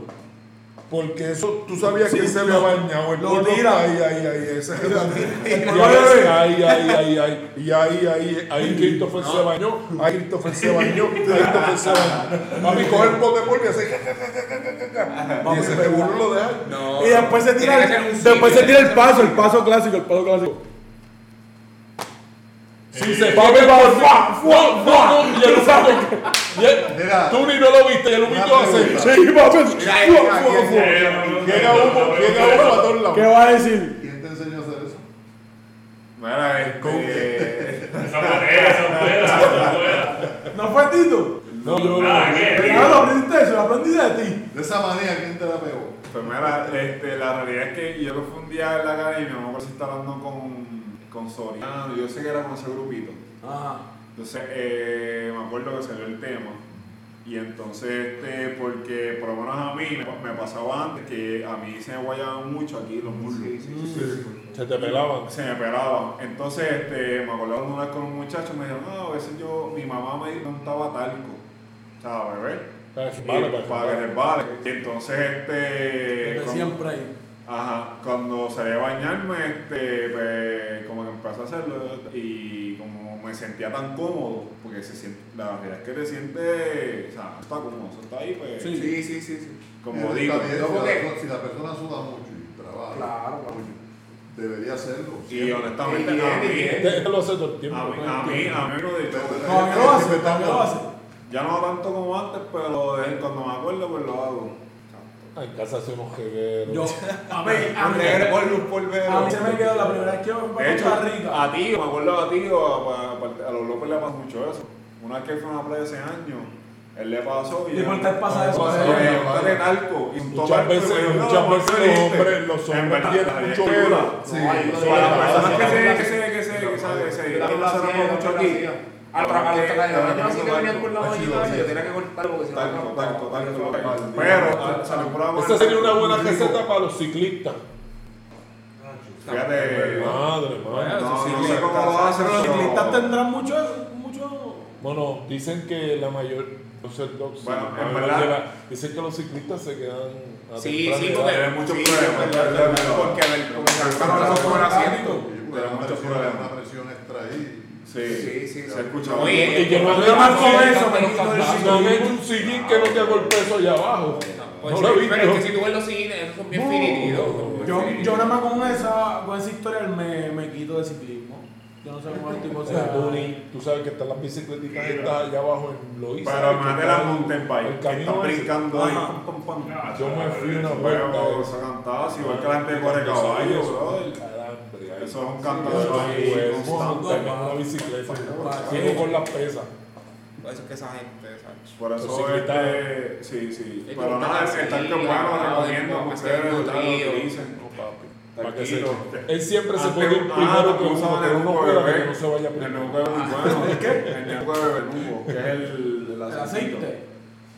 [SPEAKER 4] Porque eso, tú sabías que se había bañado, el
[SPEAKER 1] lo
[SPEAKER 4] polvo
[SPEAKER 1] tira.
[SPEAKER 4] ahí, ahí, ahí, ese es
[SPEAKER 1] El
[SPEAKER 4] la- Y
[SPEAKER 1] polvo
[SPEAKER 4] ahí,
[SPEAKER 1] es-
[SPEAKER 4] ahí, ahí, ahí, ahí, y ahí, ahí, ahí Christopher se bañó, ahí Christopher se bañó, ahí Christopher se bañó. Mami, coge el bote de polvo y hace ca, ca, ca, ca, ca, ca, ca, ca. y ese tiburón lo deja.
[SPEAKER 1] Y después se tira
[SPEAKER 5] Tiene que ser
[SPEAKER 1] el,
[SPEAKER 5] un
[SPEAKER 1] después
[SPEAKER 5] sitio,
[SPEAKER 1] se tira
[SPEAKER 5] tiene
[SPEAKER 1] el
[SPEAKER 5] que ser
[SPEAKER 1] paso, el paso clásico, el paso clásico.
[SPEAKER 4] Si se va a ver, va, ¡fua, fua, fua! Y el saco. y él-
[SPEAKER 6] Mira.
[SPEAKER 4] Tú ni no lo viste, y el humito
[SPEAKER 6] Una
[SPEAKER 4] hace.
[SPEAKER 6] pregunta.
[SPEAKER 4] Sí, va a
[SPEAKER 6] Mira,
[SPEAKER 4] ver, fua,
[SPEAKER 6] mira,
[SPEAKER 4] fua,
[SPEAKER 6] ¿quién-
[SPEAKER 4] fua.
[SPEAKER 2] Eh, no, no, no,
[SPEAKER 4] Llega
[SPEAKER 2] no,
[SPEAKER 4] humo,
[SPEAKER 2] no,
[SPEAKER 4] llega
[SPEAKER 2] no, no.
[SPEAKER 4] humo a todos lados.
[SPEAKER 1] ¿Qué va a decir?
[SPEAKER 6] ¿Quién te enseñó a hacer eso?
[SPEAKER 3] Mira, este.
[SPEAKER 2] Son buenas, son buenas, son buenas.
[SPEAKER 1] ¿No fue Tito?
[SPEAKER 4] No, yo-
[SPEAKER 2] Nada, Ah, ¿qué?
[SPEAKER 1] Pero ya lo aprendiste, se lo aprendí de ti.
[SPEAKER 6] De esa manera, ¿quién te la pegó?
[SPEAKER 3] Pues mira, este, la realidad es que yo lo fui un día en la academia, me acuerdo si estaba hablando con, con Soriano, yo sé que era con ese grupito.
[SPEAKER 1] Ajá.
[SPEAKER 3] Entonces, eh, me acuerdo que salió el tema. Y entonces, este, porque por lo menos a mí me, me pasaba antes que a mí se me guayaban mucho aquí los muslos.
[SPEAKER 4] Se te pelaban.
[SPEAKER 3] Se me pelaban. Entonces, este, me acuerdo una vez con un muchacho, me dijeron, no, a veces yo, mi mamá me preguntaba talco. O sea, beber.
[SPEAKER 4] Vale,
[SPEAKER 3] Y
[SPEAKER 4] pues,
[SPEAKER 3] para que resbale. Y entonces, este.
[SPEAKER 1] Desde
[SPEAKER 3] cuando-
[SPEAKER 1] siempre ahí.
[SPEAKER 3] Ajá, cuando salí a bañarme, este, pues, como que empecé a hacerlo y como me sentía tan cómodo, porque se siente, la realidad es que te sientes, o sea, no está cómodo, eso está ahí, pues,
[SPEAKER 5] Sí, sí, sí, sí.
[SPEAKER 3] como
[SPEAKER 6] Eh,
[SPEAKER 3] digo.
[SPEAKER 6] también, si,
[SPEAKER 5] ¿Cómo
[SPEAKER 6] la,
[SPEAKER 5] que?
[SPEAKER 6] si la persona suda mucho y trabaja, debería hacerlo.
[SPEAKER 3] Y
[SPEAKER 6] siempre.
[SPEAKER 3] honestamente, a
[SPEAKER 5] Y
[SPEAKER 3] mí,
[SPEAKER 5] bien, y bien.
[SPEAKER 4] Esto Este, lo hace todo el tiempo.
[SPEAKER 3] a mí,
[SPEAKER 4] ¿no?
[SPEAKER 3] a mí, a mí me lo he dicho.
[SPEAKER 6] Pero-
[SPEAKER 1] No, que lo hace,
[SPEAKER 6] Siempre está
[SPEAKER 1] que lo hace.
[SPEAKER 3] Ya no tanto como antes, pero de vez en cuando me acuerdo, pues lo hago. Exacto.
[SPEAKER 4] Ah, en casa hace unos jegueros.
[SPEAKER 1] Yo, a mí, a
[SPEAKER 3] Un
[SPEAKER 1] mí,
[SPEAKER 3] negro por un polvero.
[SPEAKER 1] a mí se me quedó la primera vez que yo me fui
[SPEAKER 3] De
[SPEAKER 1] a
[SPEAKER 3] hecho,
[SPEAKER 1] Costa Rica.
[SPEAKER 3] a ti, me acuerdo a ti, o a, a- a los López le pasó mucho eso. Una vez que fue a una playa ese año, él le pasó y.
[SPEAKER 1] ¿Y por qué pasa eso?
[SPEAKER 3] Pasó,
[SPEAKER 1] Sí.
[SPEAKER 3] eh, un tal en algo. y un
[SPEAKER 4] Muchas
[SPEAKER 3] tope-
[SPEAKER 4] veces,
[SPEAKER 3] no, no,
[SPEAKER 4] muchas veces
[SPEAKER 3] no,
[SPEAKER 4] los
[SPEAKER 3] no,
[SPEAKER 4] hombres, los
[SPEAKER 3] En
[SPEAKER 4] hombres
[SPEAKER 3] verdad,
[SPEAKER 4] tienen mucho
[SPEAKER 3] es que-
[SPEAKER 4] duro.
[SPEAKER 6] Sí,
[SPEAKER 4] Ay,
[SPEAKER 3] Para las
[SPEAKER 4] sí,
[SPEAKER 3] personas que
[SPEAKER 4] sí,
[SPEAKER 3] se, que se, que se, que sabe, que se,
[SPEAKER 5] Yo también lo hacía,
[SPEAKER 3] pasamos mucho aquí.
[SPEAKER 5] A los a los trabajadores, yo así que venían con la
[SPEAKER 6] Ah, sí,
[SPEAKER 5] bollita,
[SPEAKER 6] sí.
[SPEAKER 5] yo tenía que cortarlo porque si no.
[SPEAKER 3] Tanto,
[SPEAKER 5] no-
[SPEAKER 3] tanto, tanto.
[SPEAKER 6] Maldito.
[SPEAKER 3] Pero ah, salió por agua.
[SPEAKER 4] Esta sería una buena receta para los ciclistas.
[SPEAKER 3] Fíjate. No,
[SPEAKER 4] Madre, madre.
[SPEAKER 3] Eh, no, no sé cómo lo hacen
[SPEAKER 1] Los ciclistas
[SPEAKER 3] pero-
[SPEAKER 1] tendrán mucho eso, mucho.
[SPEAKER 4] Bueno, dicen que la mayor. los hot dogs,
[SPEAKER 3] Bueno,
[SPEAKER 4] la
[SPEAKER 3] en
[SPEAKER 4] mayoría
[SPEAKER 3] verdad-
[SPEAKER 4] de la- dicen que los ciclistas se quedan. a
[SPEAKER 5] Sí,
[SPEAKER 4] temprana
[SPEAKER 5] sí,
[SPEAKER 4] edad.
[SPEAKER 5] porque-
[SPEAKER 3] Tienen muchos
[SPEAKER 5] Sí,
[SPEAKER 3] problemas.
[SPEAKER 6] es verdad, es verdad.
[SPEAKER 3] Porque el- como se alcanzaron esos por asiento. Tienen
[SPEAKER 6] una
[SPEAKER 3] muchos
[SPEAKER 6] presión,
[SPEAKER 3] problemas.
[SPEAKER 6] una presión extra ahí.
[SPEAKER 3] Sí,
[SPEAKER 5] Sí, sí,
[SPEAKER 3] Se
[SPEAKER 5] sí.
[SPEAKER 3] escucha.
[SPEAKER 5] No, y-
[SPEAKER 4] Y que no han
[SPEAKER 1] Yo marco
[SPEAKER 4] hecho-
[SPEAKER 1] eso, me quito el
[SPEAKER 4] Ah, No han hecho un sillín que no te golpee eso allá abajo.
[SPEAKER 5] Pues
[SPEAKER 4] No
[SPEAKER 5] sí,
[SPEAKER 4] lo he visto.
[SPEAKER 5] pero es que si tú ves los cines, esos son bien finitidos.
[SPEAKER 1] Yo, yo nada más con esa, con esa historia me, me quito de ciclismo. Yo no sé cómo el tipo
[SPEAKER 4] O
[SPEAKER 1] se
[SPEAKER 4] sea, tú,
[SPEAKER 1] bullying.
[SPEAKER 4] tú sabes que están las bicicletitas estas allá abajo en Loíza.
[SPEAKER 3] Para más de la
[SPEAKER 4] el-
[SPEAKER 3] mountain
[SPEAKER 4] el
[SPEAKER 3] bike. Que
[SPEAKER 4] camino
[SPEAKER 3] están
[SPEAKER 4] ese.
[SPEAKER 3] brincando ahí.
[SPEAKER 1] Ajá.
[SPEAKER 3] Pam, pam, pam.
[SPEAKER 4] Yo me fui una
[SPEAKER 3] Huevo,
[SPEAKER 4] vuelta.
[SPEAKER 3] eso cantaba, si igual que la gente corre caballo, brother.
[SPEAKER 4] Calambre,
[SPEAKER 3] Eso
[SPEAKER 4] ahí.
[SPEAKER 3] es un
[SPEAKER 4] Eso
[SPEAKER 3] cantador
[SPEAKER 4] es
[SPEAKER 3] ahí
[SPEAKER 4] huevo,
[SPEAKER 3] constante.
[SPEAKER 4] montarme en una bicicleta.
[SPEAKER 1] Para
[SPEAKER 4] Sigo
[SPEAKER 1] qué.
[SPEAKER 4] con las pesas.
[SPEAKER 5] Por eso es que esa gente, ¿sabes?
[SPEAKER 3] Por
[SPEAKER 4] Los
[SPEAKER 3] eso
[SPEAKER 4] ciclistas.
[SPEAKER 3] este, sí, sí.
[SPEAKER 5] Ellos
[SPEAKER 3] Pero nada,
[SPEAKER 5] están
[SPEAKER 3] están
[SPEAKER 5] así,
[SPEAKER 3] que bueno,
[SPEAKER 5] agarrados de
[SPEAKER 3] recomiendo que
[SPEAKER 5] boca,
[SPEAKER 3] ustedes
[SPEAKER 5] haciendo
[SPEAKER 3] ¿verdad?
[SPEAKER 5] trío.
[SPEAKER 3] lo utilicen.
[SPEAKER 4] Para que se-
[SPEAKER 3] Tranquilo.
[SPEAKER 4] Él siempre se
[SPEAKER 3] Antes-
[SPEAKER 4] puede ir
[SPEAKER 3] ah,
[SPEAKER 4] primero que
[SPEAKER 3] también
[SPEAKER 4] uno,
[SPEAKER 3] usaban
[SPEAKER 4] pero
[SPEAKER 3] el
[SPEAKER 4] uno
[SPEAKER 3] nuevo
[SPEAKER 4] espera
[SPEAKER 3] bebé.
[SPEAKER 4] que no se vaya
[SPEAKER 3] El
[SPEAKER 4] primero.
[SPEAKER 3] nuevo es muy bueno. ¿El qué? El nuevo de Belugo, que es el, el
[SPEAKER 1] El
[SPEAKER 3] aceitito.
[SPEAKER 1] aceite.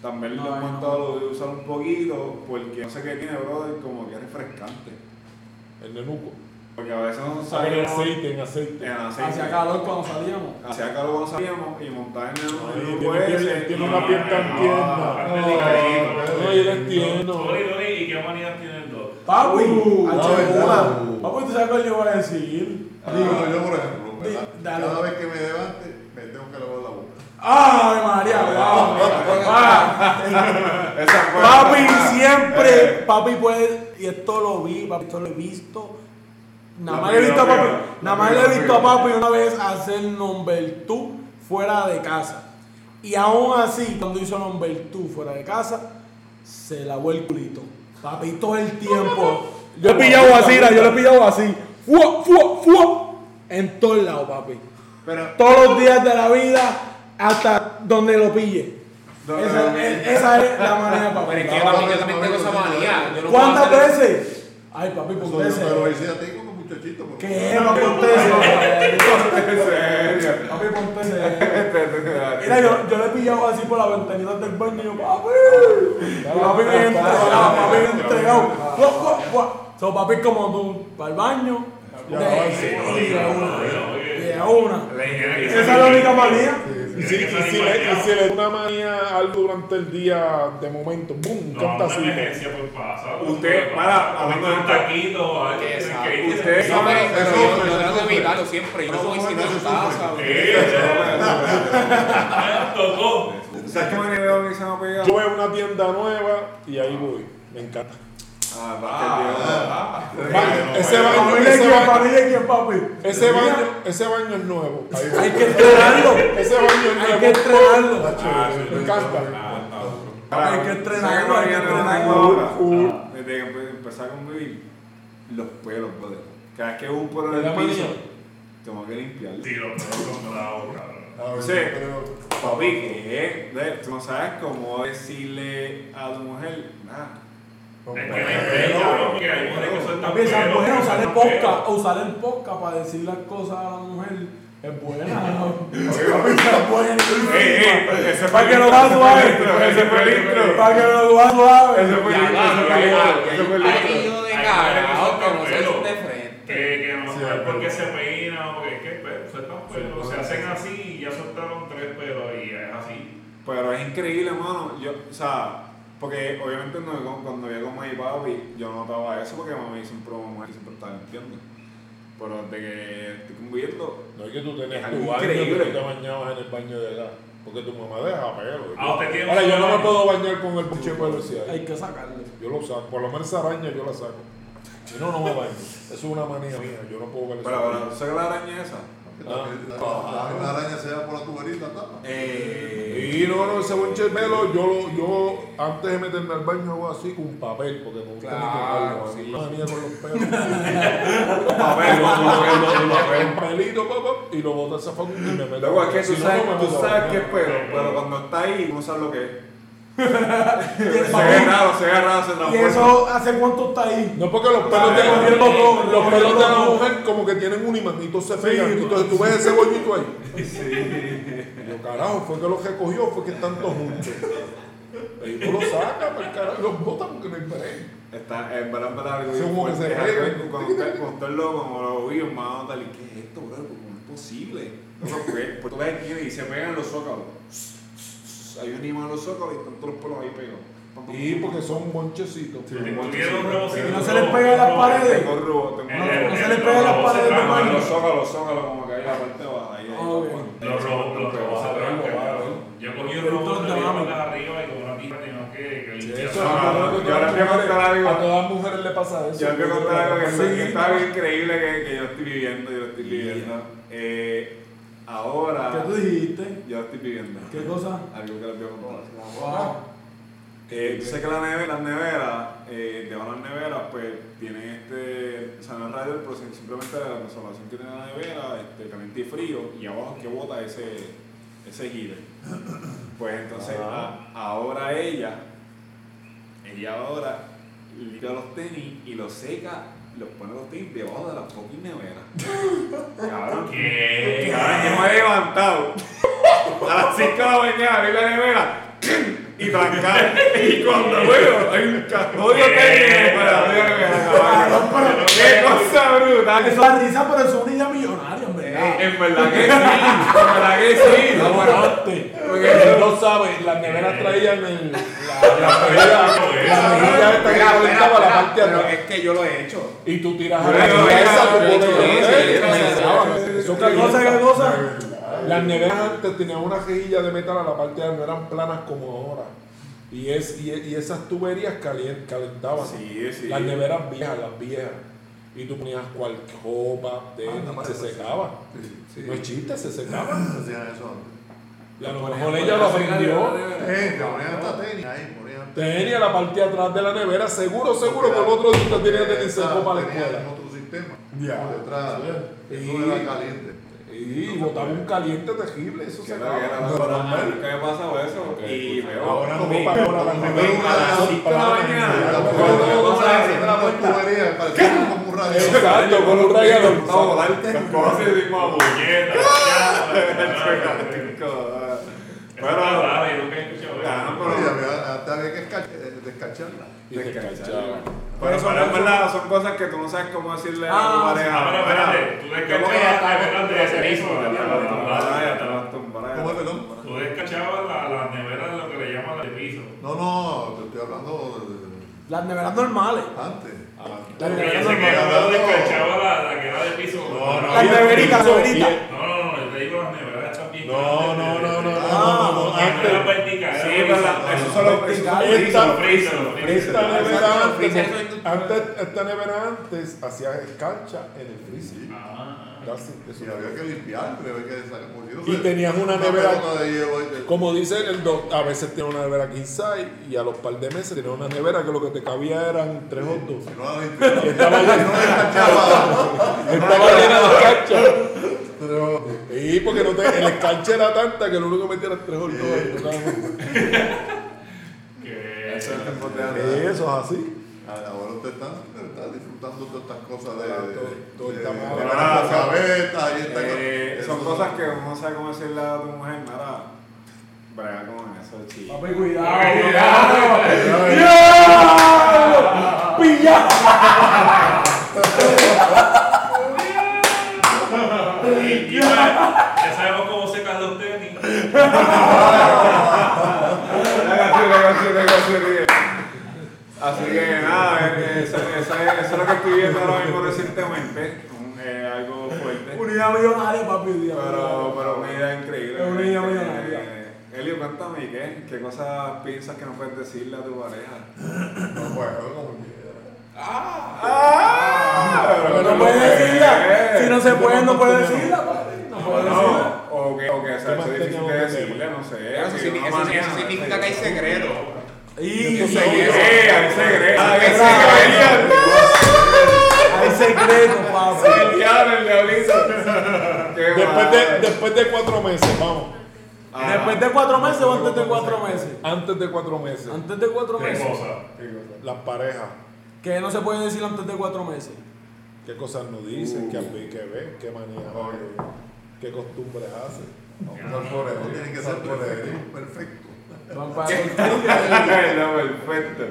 [SPEAKER 3] También
[SPEAKER 1] No,
[SPEAKER 3] le
[SPEAKER 1] no.
[SPEAKER 3] han contado de usar un poquito, porque no sé qué tiene, brother, como que es refrescante.
[SPEAKER 4] El nenuco.
[SPEAKER 3] Porque a veces no
[SPEAKER 4] En
[SPEAKER 3] sabemos.
[SPEAKER 4] aceite, en aceite.
[SPEAKER 3] En aceite.
[SPEAKER 1] Hacía calor cuando salíamos.
[SPEAKER 3] Hacía calor no sabíamos y montar en el- en
[SPEAKER 4] Ay,
[SPEAKER 3] el
[SPEAKER 4] tiene
[SPEAKER 3] UPS.
[SPEAKER 4] piel- tiene una piel tan
[SPEAKER 3] Ah,
[SPEAKER 4] tierna. No, yo les entiendo.
[SPEAKER 2] Tony, Tony, ¿y qué manía tienen dos?
[SPEAKER 1] Papi,
[SPEAKER 6] Uh,
[SPEAKER 1] H,
[SPEAKER 6] la
[SPEAKER 1] una.
[SPEAKER 6] verdad.
[SPEAKER 1] Papi, ¿tú sabes cuál yo voy a decir?
[SPEAKER 6] Ah. Digo, yo por ejemplo, ¿verdad?
[SPEAKER 1] Di- dale.
[SPEAKER 6] Cada vez que me levante, me tengo que lavar la boca.
[SPEAKER 1] ¡Ay, María! wow. Ah,
[SPEAKER 3] Esa fue la-
[SPEAKER 1] Papi, siempre. Papi puede. Y esto lo vi, papi, esto lo he visto. Nada
[SPEAKER 3] La
[SPEAKER 1] más le he visto a
[SPEAKER 3] primera
[SPEAKER 1] papi.
[SPEAKER 3] prueba.
[SPEAKER 1] Nada
[SPEAKER 3] La
[SPEAKER 1] más le he
[SPEAKER 3] primera
[SPEAKER 1] visto a
[SPEAKER 3] prueba.
[SPEAKER 1] papi una vez hacer number two fuera de casa. Y aún así, cuando hizo number two fuera de casa, se lavó el culito. Papi, todo el tiempo. Yo he pillado así, la- yo lo he pillado así. ¡Fua, fua, fua! En todos lados, papi.
[SPEAKER 5] Pero
[SPEAKER 1] Todos los días de la vida, hasta donde lo pille.
[SPEAKER 3] Donde
[SPEAKER 1] Esa,
[SPEAKER 3] lo pille.
[SPEAKER 1] es- esa es la manera, papi.
[SPEAKER 5] pero es que
[SPEAKER 6] No,
[SPEAKER 5] papi,
[SPEAKER 6] no,
[SPEAKER 5] yo también
[SPEAKER 6] no,
[SPEAKER 5] tengo
[SPEAKER 6] no,
[SPEAKER 5] esa
[SPEAKER 6] no,
[SPEAKER 5] manía.
[SPEAKER 6] no,
[SPEAKER 5] Yo no puedo
[SPEAKER 1] ¿Cuántas
[SPEAKER 5] hacer-
[SPEAKER 1] veces? Ay, papi,
[SPEAKER 6] Eso
[SPEAKER 1] ponte
[SPEAKER 6] yo te lo
[SPEAKER 1] serio.
[SPEAKER 6] hice a ti como muchachito. porque-
[SPEAKER 1] ¿Qué? No, ponte serio.
[SPEAKER 3] En serio.
[SPEAKER 1] Papi, ponte serio. Mira,
[SPEAKER 3] Mira,
[SPEAKER 1] yo, yo le he pillado así por la ventanita del baño y yo, papi. Y Papi bien entregado, papi bien entregado. Guau, guau, guau. So, papi como tú, para el baño. De, y de una. Y de una. Esa es la única manía.
[SPEAKER 4] Y si, y si le, y si le da una manía algo durante el día de momento, ¡boom!
[SPEAKER 2] No, una
[SPEAKER 4] Cantacito.
[SPEAKER 2] emergencia por pasar.
[SPEAKER 3] Usted, para, hablando de
[SPEAKER 2] un taquito, algo que
[SPEAKER 5] Exacto.
[SPEAKER 2] que-
[SPEAKER 3] Usted-
[SPEAKER 5] No, pero
[SPEAKER 6] Eso-
[SPEAKER 5] pero
[SPEAKER 6] eso-
[SPEAKER 5] yo- yo
[SPEAKER 6] eso
[SPEAKER 5] trato de
[SPEAKER 6] sufre.
[SPEAKER 5] evitarlo siempre. Yo no
[SPEAKER 6] Eso
[SPEAKER 5] voy si no
[SPEAKER 6] sufre,
[SPEAKER 5] en
[SPEAKER 6] eso
[SPEAKER 5] casa.
[SPEAKER 6] sufre.
[SPEAKER 2] Eh, ya, tocó.
[SPEAKER 3] ¿Sabes qué manera veo que se me ha pegado?
[SPEAKER 4] Yo veo una tienda nueva y ahí voy. Me encanta.
[SPEAKER 3] Ah, va, que tío.
[SPEAKER 4] Baño,
[SPEAKER 3] Ah,
[SPEAKER 4] ese
[SPEAKER 1] Para
[SPEAKER 4] baño,
[SPEAKER 1] mí
[SPEAKER 4] ese
[SPEAKER 1] quién, para
[SPEAKER 4] baño,
[SPEAKER 1] mí quién, papi.
[SPEAKER 4] ese
[SPEAKER 1] Mira,
[SPEAKER 4] baño, ese baño es nuevo. Ahí voy.
[SPEAKER 1] Hay que estrenarlo.
[SPEAKER 4] Ese baño es
[SPEAKER 1] Hay que
[SPEAKER 4] nuevo.
[SPEAKER 1] estrenarlo.
[SPEAKER 4] Me encanta.
[SPEAKER 1] Hay que estrenarlo, hay que
[SPEAKER 3] ¿Sabes qué manera tengo
[SPEAKER 1] estrenarlo.
[SPEAKER 3] ahora?
[SPEAKER 4] Uh,
[SPEAKER 3] Desde que empe- empecé a convivir, los pelos, brother. Cada vez que hubo un pelo
[SPEAKER 4] ¿Te
[SPEAKER 3] en
[SPEAKER 4] da
[SPEAKER 3] el piso,
[SPEAKER 4] manía?
[SPEAKER 3] tengo que limpiarlo.
[SPEAKER 2] Sí, lo tengo comprado, cabrón.
[SPEAKER 6] A ver,
[SPEAKER 3] Sí.
[SPEAKER 6] pero-
[SPEAKER 3] Papi, ¿qué? De- Tú no sabes cómo decirle a tu mujer, nada.
[SPEAKER 2] Es que me pega, cabrón, porque hay mujeres que son tan
[SPEAKER 1] Papi, esa es
[SPEAKER 2] pelos,
[SPEAKER 1] buena,
[SPEAKER 2] que
[SPEAKER 1] usar el
[SPEAKER 2] son tan pelos.
[SPEAKER 1] podcast, usar el podcast para decir las cosas a la mujer es buena. ¿no?
[SPEAKER 3] ¡Ey, ey! Ese
[SPEAKER 1] Para que lo
[SPEAKER 3] intro,
[SPEAKER 1] vas
[SPEAKER 3] ese
[SPEAKER 1] suave.
[SPEAKER 3] fue el intro, Ese fue el intro.
[SPEAKER 1] Para que lo vas
[SPEAKER 3] Ese
[SPEAKER 1] suave.
[SPEAKER 3] fue el
[SPEAKER 5] Ya,
[SPEAKER 3] intro,
[SPEAKER 5] ya,
[SPEAKER 3] ese fue el
[SPEAKER 5] ya,
[SPEAKER 3] intro,
[SPEAKER 5] ya,
[SPEAKER 3] ese fue el
[SPEAKER 5] ya.
[SPEAKER 3] intro.
[SPEAKER 5] Ay, de
[SPEAKER 2] Hay mujeres que
[SPEAKER 5] carajo,
[SPEAKER 2] son tan
[SPEAKER 5] que no se
[SPEAKER 2] pelos,
[SPEAKER 5] hacen de frente.
[SPEAKER 2] Que, que no
[SPEAKER 6] Sí,
[SPEAKER 2] saben
[SPEAKER 6] es
[SPEAKER 2] por qué
[SPEAKER 6] verdad.
[SPEAKER 2] se peinan, porque es que pues, sueltan pelos, se hacen así y ya soltaron tres pelos y es así.
[SPEAKER 3] Pero es increíble, hermano. Yo, o sea, porque obviamente no, cuando- cuando vivía con mi papi, yo notaba eso porque mami siempre, mamá siempre estaba limpiando. Pero desde que estoy conviviendo,
[SPEAKER 4] No es que tú tenías
[SPEAKER 3] Algo
[SPEAKER 4] tu baño
[SPEAKER 3] increíble.
[SPEAKER 4] que tú te bañabas en el baño de edad. Porque tu mamá deja pelo.
[SPEAKER 2] Ah, usted tiene
[SPEAKER 4] Ahora,
[SPEAKER 2] un
[SPEAKER 4] yo no
[SPEAKER 2] baño.
[SPEAKER 4] me puedo bañar con el pinche pelo si hay.
[SPEAKER 1] Hay que sacarlo.
[SPEAKER 4] Yo lo saco. Por lo menos esa araña yo la saco. Yo no, no me baño. Eso Ah. es una manía mía. Yo no puedo ver
[SPEAKER 3] pero
[SPEAKER 4] esa
[SPEAKER 3] ahora,
[SPEAKER 4] araña.
[SPEAKER 3] ¿sabes la araña esa?
[SPEAKER 5] Ah,
[SPEAKER 8] Para que la araña se vea por la tuberita, tapa.
[SPEAKER 4] Eh, Y no, no, ese buen pelo, yo, lo- yo antes de meterme al baño hago así con papel, porque me gusta
[SPEAKER 5] Claro,
[SPEAKER 4] ni
[SPEAKER 5] sí.
[SPEAKER 4] tocarlo, así, manía con los pelos.
[SPEAKER 3] Papel, lo- lo- lo- lo- lo-
[SPEAKER 4] Un papelito, papá, y lo boto al zafacón y me meto.
[SPEAKER 3] Luego es que tú
[SPEAKER 4] Si no,
[SPEAKER 3] sabes,
[SPEAKER 4] no me
[SPEAKER 3] tú
[SPEAKER 4] meto.
[SPEAKER 3] sabes que es pelo, pero cuando está ahí no sabes lo que es.
[SPEAKER 1] Tiene
[SPEAKER 3] Se ve
[SPEAKER 1] papel.
[SPEAKER 3] raro, se ve raro, se
[SPEAKER 1] ¿Y
[SPEAKER 3] transforma.
[SPEAKER 1] eso hace cuánto está ahí?
[SPEAKER 4] No porque los pelos de la
[SPEAKER 1] Está
[SPEAKER 4] mujer,
[SPEAKER 1] viendo todo,
[SPEAKER 4] los
[SPEAKER 1] está
[SPEAKER 4] pelos de la
[SPEAKER 1] viendo todo.
[SPEAKER 4] mujer como que tienen un imán y entonces se pegan. Entonces tú ves ese bollito ahí. Y Yo, carajo, fue que los recogió, fue que están todos juntos. Y tú lo sacas, pero carajo, los botas porque no hay break.
[SPEAKER 3] Está, en verdad, en verdad, algo
[SPEAKER 4] Sí,
[SPEAKER 3] bien
[SPEAKER 4] como que
[SPEAKER 3] fuerte.
[SPEAKER 4] se
[SPEAKER 3] Es algo
[SPEAKER 4] ve.
[SPEAKER 3] que Cuando usted- cuando usted lo, como lo vi, hermano, tal y ¿qué es esto, bro? ¿Cómo es posible? No sé por qué. Pues tú ves aquí y se pegan los zócalos. Hay un imán en los zócalos y están todos los pelos ahí pegados. Pam, pam,
[SPEAKER 4] Y
[SPEAKER 3] pam.
[SPEAKER 4] porque son bonchecitos.
[SPEAKER 3] Tengo-
[SPEAKER 2] Tiene un robocito.
[SPEAKER 1] Y no se les pega las paredes.
[SPEAKER 3] Tengo rubo, tengo
[SPEAKER 2] No,
[SPEAKER 3] rubo.
[SPEAKER 1] No se les pega las paredes de
[SPEAKER 3] Ah,
[SPEAKER 1] baño.
[SPEAKER 3] eh, Los zócalos, zócalos, como que ahí la parte baja. Ahí, ahí,
[SPEAKER 1] Ah, ok.
[SPEAKER 2] Los robos, los robos se trancan, cabrón. Yo cogí un robot
[SPEAKER 1] Entonces,
[SPEAKER 2] de
[SPEAKER 1] vamos.
[SPEAKER 2] arriba y con una tipa teníamos que, que limpiar.
[SPEAKER 4] Eso,
[SPEAKER 3] no,
[SPEAKER 4] yo creo
[SPEAKER 3] no,
[SPEAKER 4] que
[SPEAKER 3] yo ahora te voy a contar algo.
[SPEAKER 4] A todas las mujeres le pasa eso.
[SPEAKER 3] Yo les voy a contar algo que, está- que
[SPEAKER 1] Sí.
[SPEAKER 3] está bien increíble que, que yo estoy viviendo, yo lo estoy viviendo. Eh,
[SPEAKER 1] ¿Qué
[SPEAKER 3] ahora,
[SPEAKER 1] tú dijiste?
[SPEAKER 3] yo lo estoy viviendo.
[SPEAKER 1] ¿Qué cosa?
[SPEAKER 3] Algo que les voy a contar.
[SPEAKER 1] Wow.
[SPEAKER 3] Eh, yo sé que la neve- las neveras, eh, debajo de las neveras, pues tienen este, o sea, no es radio, pero sim- simplemente la consolación que tiene la nevera, este, caliente y frío, y abajo es que bota ese, ese heater. Pues entonces, a- ahora ella, ella ahora limpia los tenis y los seca, los pone los tenis debajo de la fucking nevera. Cabrón,
[SPEAKER 2] ¿Qué?
[SPEAKER 3] Cabrón, yo me he levantado a las 5 de la mañana, abrí la nevera y trancar. Y cuando veo, hay un carro de nevera. ¡Qué cosa bruta!
[SPEAKER 1] Eso da risa, pero eso es una idea millonaria, en verdad.
[SPEAKER 3] En verdad que sí, en verdad que sí. No, bueno,
[SPEAKER 4] Porque él no sabe, las neveras traían el, la, la medida, la medida esta que
[SPEAKER 5] Espera, espera,
[SPEAKER 4] calentaba la
[SPEAKER 5] espera,
[SPEAKER 4] parte de
[SPEAKER 5] Pero
[SPEAKER 4] atrás.
[SPEAKER 5] es que yo lo he hecho.
[SPEAKER 4] Y tú tiras a
[SPEAKER 3] Pero
[SPEAKER 4] la
[SPEAKER 3] yo-
[SPEAKER 4] cabeza, tú
[SPEAKER 3] yo-
[SPEAKER 4] pones
[SPEAKER 3] yo-
[SPEAKER 4] la-
[SPEAKER 3] yo-
[SPEAKER 4] eh,
[SPEAKER 5] yo-
[SPEAKER 4] calentaba.
[SPEAKER 5] yo-
[SPEAKER 4] Eso
[SPEAKER 1] ¿Qué cosa, qué
[SPEAKER 4] calienta.
[SPEAKER 1] cosa?
[SPEAKER 4] Las neveras antes tenían una rejilla de metal a la parte de atrás, no eran planas como ahora. Y, es, y, y esas tuberías calien- calentaban.
[SPEAKER 3] Sí, sí.
[SPEAKER 4] Las neveras viejas, las viejas. Y tú ponías cualquier ropa, tenis,
[SPEAKER 8] Ah, no,
[SPEAKER 4] se
[SPEAKER 8] pues,
[SPEAKER 4] secaba.
[SPEAKER 8] Sí, sí.
[SPEAKER 4] No es chiste, se secaba.
[SPEAKER 8] Hacían eso antes.
[SPEAKER 4] Y a lo mejor ella lo aprendió.
[SPEAKER 8] Eh, te ponían hasta tenis ahí, ponían.
[SPEAKER 4] Tenía la parte de atrás de la nevera, seguro, seguro que el otro día usted tenía que tener
[SPEAKER 8] Esa
[SPEAKER 4] para la
[SPEAKER 8] tenía
[SPEAKER 4] escuela.
[SPEAKER 8] otro sistema.
[SPEAKER 4] Ya.
[SPEAKER 8] Por detrás.
[SPEAKER 4] Sí.
[SPEAKER 8] Eso era caliente.
[SPEAKER 4] Y botaba un caliente terrible, eso se
[SPEAKER 3] que era- que era
[SPEAKER 4] acaba.
[SPEAKER 3] la zona normal, ¿Qué me pasa eso? Y veo,
[SPEAKER 4] Ahora no
[SPEAKER 3] mi-
[SPEAKER 4] para ahora las
[SPEAKER 3] mi-
[SPEAKER 4] neveras
[SPEAKER 3] a las
[SPEAKER 4] son
[SPEAKER 3] 5 de la
[SPEAKER 4] planas.
[SPEAKER 3] mañana.
[SPEAKER 8] Era
[SPEAKER 3] cuando
[SPEAKER 8] como-
[SPEAKER 3] yo
[SPEAKER 8] como
[SPEAKER 3] paso
[SPEAKER 8] la-
[SPEAKER 3] a
[SPEAKER 8] era como tubería, parecía como un radio.
[SPEAKER 4] Exacto, con un rayador.
[SPEAKER 3] Vamos a volar, ¿cómo se dice? Vamos.
[SPEAKER 2] Puñeta,
[SPEAKER 3] Pero,
[SPEAKER 2] Está raro, yo nunca he escuchado eso.
[SPEAKER 3] ah,
[SPEAKER 8] Oye,
[SPEAKER 3] pero-
[SPEAKER 8] había- hasta había que esca- eh, descacharla.
[SPEAKER 4] Y te cachaba.
[SPEAKER 3] Pero son, en verdad, son cosas que tú no sabes cómo decirle a tu pareja.
[SPEAKER 2] Ah, pero espérate, tú descachabas, espérate, ese mismo,
[SPEAKER 8] ¿Cómo es, perdón?
[SPEAKER 2] Tú descachabas la, la nevera de lo que le llaman la de piso.
[SPEAKER 8] No, no, te estoy hablando de-
[SPEAKER 1] Las neveras normales.
[SPEAKER 8] antes.
[SPEAKER 1] Las
[SPEAKER 2] Porque yo
[SPEAKER 1] neveras
[SPEAKER 2] sé que
[SPEAKER 1] normales.
[SPEAKER 2] yo descachaba la, la que era de piso. No, no,
[SPEAKER 1] Las neveritas, las neveritas.
[SPEAKER 2] no, no, yo te digo las neveras también.
[SPEAKER 4] No, no, no, no, no,
[SPEAKER 1] Ah,
[SPEAKER 4] no, no, no,
[SPEAKER 2] Las neveras
[SPEAKER 4] antes.
[SPEAKER 2] verticales,
[SPEAKER 3] Sí,
[SPEAKER 2] era
[SPEAKER 3] pero
[SPEAKER 2] piso.
[SPEAKER 3] la- eso solo eso son
[SPEAKER 1] Esta-
[SPEAKER 3] frisos,
[SPEAKER 2] Friso,
[SPEAKER 3] frisos,
[SPEAKER 2] friso.
[SPEAKER 3] frisos.
[SPEAKER 4] Esta nevera
[SPEAKER 5] Exacto,
[SPEAKER 4] antes,
[SPEAKER 5] freezer, eso es-
[SPEAKER 4] antes- esta nevera antes hacía escarcha en el freezer. Casi, eso
[SPEAKER 8] Y había que limpiar, pero había que sacar por Dios,
[SPEAKER 4] Y
[SPEAKER 8] eh,
[SPEAKER 4] tenías una nevera-
[SPEAKER 8] pelota de hielo ahí de-
[SPEAKER 4] Como dice el doctor, a veces tiene una nevera king size y a los par de meses tiene una nevera que lo que te cabía eran tres o dos.
[SPEAKER 8] Si no la limpiaba, si
[SPEAKER 4] Estaba llena,
[SPEAKER 8] no la descachaba.
[SPEAKER 4] estaba llena de escarcha. Sí, porque no te, el escarcha era tanta que lo único que metía era tres o dos. no estaba más.
[SPEAKER 2] Que-
[SPEAKER 3] Eso es
[SPEAKER 2] eh,
[SPEAKER 3] tiempo de Eh,
[SPEAKER 4] Sí, Eso es así.
[SPEAKER 8] Ahora ahora usted está, está disfrutando todas estas cosas de,
[SPEAKER 4] Claro,
[SPEAKER 8] de,
[SPEAKER 4] todo- todo
[SPEAKER 8] de-
[SPEAKER 4] está
[SPEAKER 8] de-
[SPEAKER 4] mal.
[SPEAKER 8] de-
[SPEAKER 3] Ah,
[SPEAKER 8] de- cabezas, ahí está-
[SPEAKER 3] Eh,
[SPEAKER 8] eso
[SPEAKER 3] Son cosas que uno no sabe cómo decirle a tu mujer, nada. Brega con eso, chico.
[SPEAKER 1] Papi, cuidado. ¡Cuidado! ¡Pillado!
[SPEAKER 2] Y- y ya ya sabemos cómo secas los tenis.
[SPEAKER 3] Así que nada, eh, eso, eso es, eso es lo que estoy viendo ahora mismo recientemente. Un, eh, algo fuerte.
[SPEAKER 1] Unidad millonaria, papi. unidad
[SPEAKER 3] Pero,
[SPEAKER 1] millonaria.
[SPEAKER 3] pero una idea increíble.
[SPEAKER 1] Es una idea
[SPEAKER 3] Eh,
[SPEAKER 1] millonaria.
[SPEAKER 3] Elio, cuéntame, ¿qué, ¿qué cosas piensas que no puedes decirle a tu pareja?
[SPEAKER 8] No, bueno, como quiera.
[SPEAKER 3] Ah, eh,
[SPEAKER 1] Pero no puede decirla. Si no se puede, no puede decirla, papi. No
[SPEAKER 3] eso
[SPEAKER 4] más
[SPEAKER 3] es difícil
[SPEAKER 4] tenemos
[SPEAKER 3] de
[SPEAKER 4] que
[SPEAKER 3] decirle, no sé.
[SPEAKER 5] Eso,
[SPEAKER 3] porque
[SPEAKER 5] signi-
[SPEAKER 3] uno
[SPEAKER 5] eso- eso
[SPEAKER 3] maneja,
[SPEAKER 5] significa que hay secreto.
[SPEAKER 1] Y
[SPEAKER 5] Yo
[SPEAKER 1] y-
[SPEAKER 5] sé
[SPEAKER 3] Eh, hay secreto.
[SPEAKER 5] Ah,
[SPEAKER 3] Hay
[SPEAKER 5] ese
[SPEAKER 3] secreto.
[SPEAKER 1] hay secreto, papi.
[SPEAKER 3] El diablo, el diablito. Qué
[SPEAKER 4] Después
[SPEAKER 3] mal.
[SPEAKER 4] de, después de cuatro meses, vamos.
[SPEAKER 3] Ah,
[SPEAKER 1] Después de cuatro meses o antes de cuatro meses.
[SPEAKER 4] Antes de cuatro meses,
[SPEAKER 1] Antes de cuatro
[SPEAKER 2] ¿Qué
[SPEAKER 1] meses.
[SPEAKER 2] cosa?
[SPEAKER 4] las parejas,
[SPEAKER 1] Que no se puede decir antes de cuatro meses.
[SPEAKER 4] qué cosas nos dicen, qué, ambi- qué ven, qué manías, qué costumbres hacen.
[SPEAKER 6] Sal por
[SPEAKER 8] No
[SPEAKER 6] él,
[SPEAKER 8] tiene que
[SPEAKER 6] sal
[SPEAKER 8] ser
[SPEAKER 6] por él.
[SPEAKER 8] perfecto. perfecto.
[SPEAKER 1] Papá,
[SPEAKER 3] No, perfecto.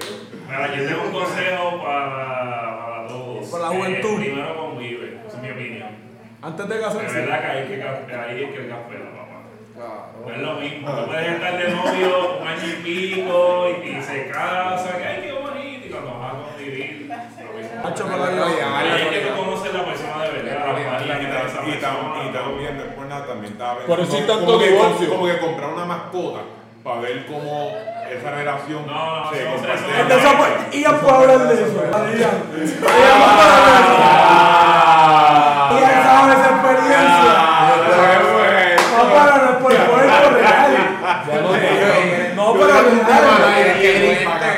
[SPEAKER 2] Mira, yo tengo un consejo para, para todos.
[SPEAKER 1] Para la
[SPEAKER 2] Eh,
[SPEAKER 1] juventud.
[SPEAKER 2] primero convive, esa es mi opinión.
[SPEAKER 1] Antes de
[SPEAKER 2] De
[SPEAKER 1] casarse.
[SPEAKER 2] verdad que ahí es que ca- ahí es que el caspela, papá.
[SPEAKER 5] Claro.
[SPEAKER 2] No es lo mismo.
[SPEAKER 7] Ah,
[SPEAKER 2] Tú puedes estar de novio un año y pico y, y se casan. que, Ay, qué bonito. Y cuando vas a convivir, lo mismo.
[SPEAKER 1] Hacho,
[SPEAKER 5] Pero
[SPEAKER 1] para
[SPEAKER 5] la
[SPEAKER 7] Ah,
[SPEAKER 5] realidad,
[SPEAKER 2] Ahí es
[SPEAKER 5] la
[SPEAKER 2] que tú
[SPEAKER 5] realidad.
[SPEAKER 2] conoces la persona de verdad.
[SPEAKER 5] La realidad,
[SPEAKER 2] Ahí es que te ves a
[SPEAKER 7] Y tam-
[SPEAKER 2] persona.
[SPEAKER 7] y también después nada, también estaba
[SPEAKER 4] Por eso hay tanto
[SPEAKER 7] como que,
[SPEAKER 4] divorcio.
[SPEAKER 7] como que comprar una mascota para ver cómo esa relación
[SPEAKER 2] No, no,
[SPEAKER 7] se
[SPEAKER 2] no,
[SPEAKER 7] comparte.
[SPEAKER 2] eso-
[SPEAKER 1] Entonces, pues, Ian puede hablar de eso. Dale, Ian. Ian
[SPEAKER 2] Ah.
[SPEAKER 1] va a hablar de eso. Ian sabe esa experiencia. No,
[SPEAKER 4] Ah,
[SPEAKER 1] pero no es por puerto real. No, pero real.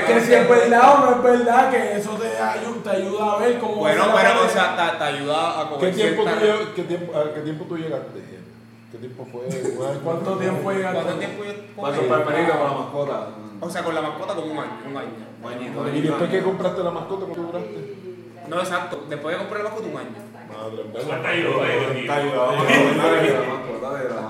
[SPEAKER 1] Que si es verdad o no es verdad, que eso te ayu- te ayuda, a ver cómo.
[SPEAKER 5] Bueno,
[SPEAKER 1] se la
[SPEAKER 5] pero
[SPEAKER 1] va a-
[SPEAKER 5] o sea, te, te ayuda a
[SPEAKER 4] ¿Qué
[SPEAKER 5] coger
[SPEAKER 4] tiempo, tú,
[SPEAKER 5] cierta-
[SPEAKER 4] lle- qué, tiempo, ¿A qué tiempo tú llegaste? ¿Qué tiempo fue?
[SPEAKER 1] ¿Cuánto tiempo llegaste?
[SPEAKER 5] ¿Cuánto tiempo yo comer?
[SPEAKER 6] Para super peligro con la mascota.
[SPEAKER 5] O sea, con la mascota como un año, un año. Un añito, un
[SPEAKER 4] ¿Y
[SPEAKER 5] añito,
[SPEAKER 4] después
[SPEAKER 5] un
[SPEAKER 4] que
[SPEAKER 5] año.
[SPEAKER 4] compraste la mascota, cuánto duraste?
[SPEAKER 5] No, exacto. Después de comprar la mascota, un año.
[SPEAKER 4] Madre, en
[SPEAKER 2] Eso
[SPEAKER 4] verdad.
[SPEAKER 2] te ayuda, te ayuda.
[SPEAKER 5] Es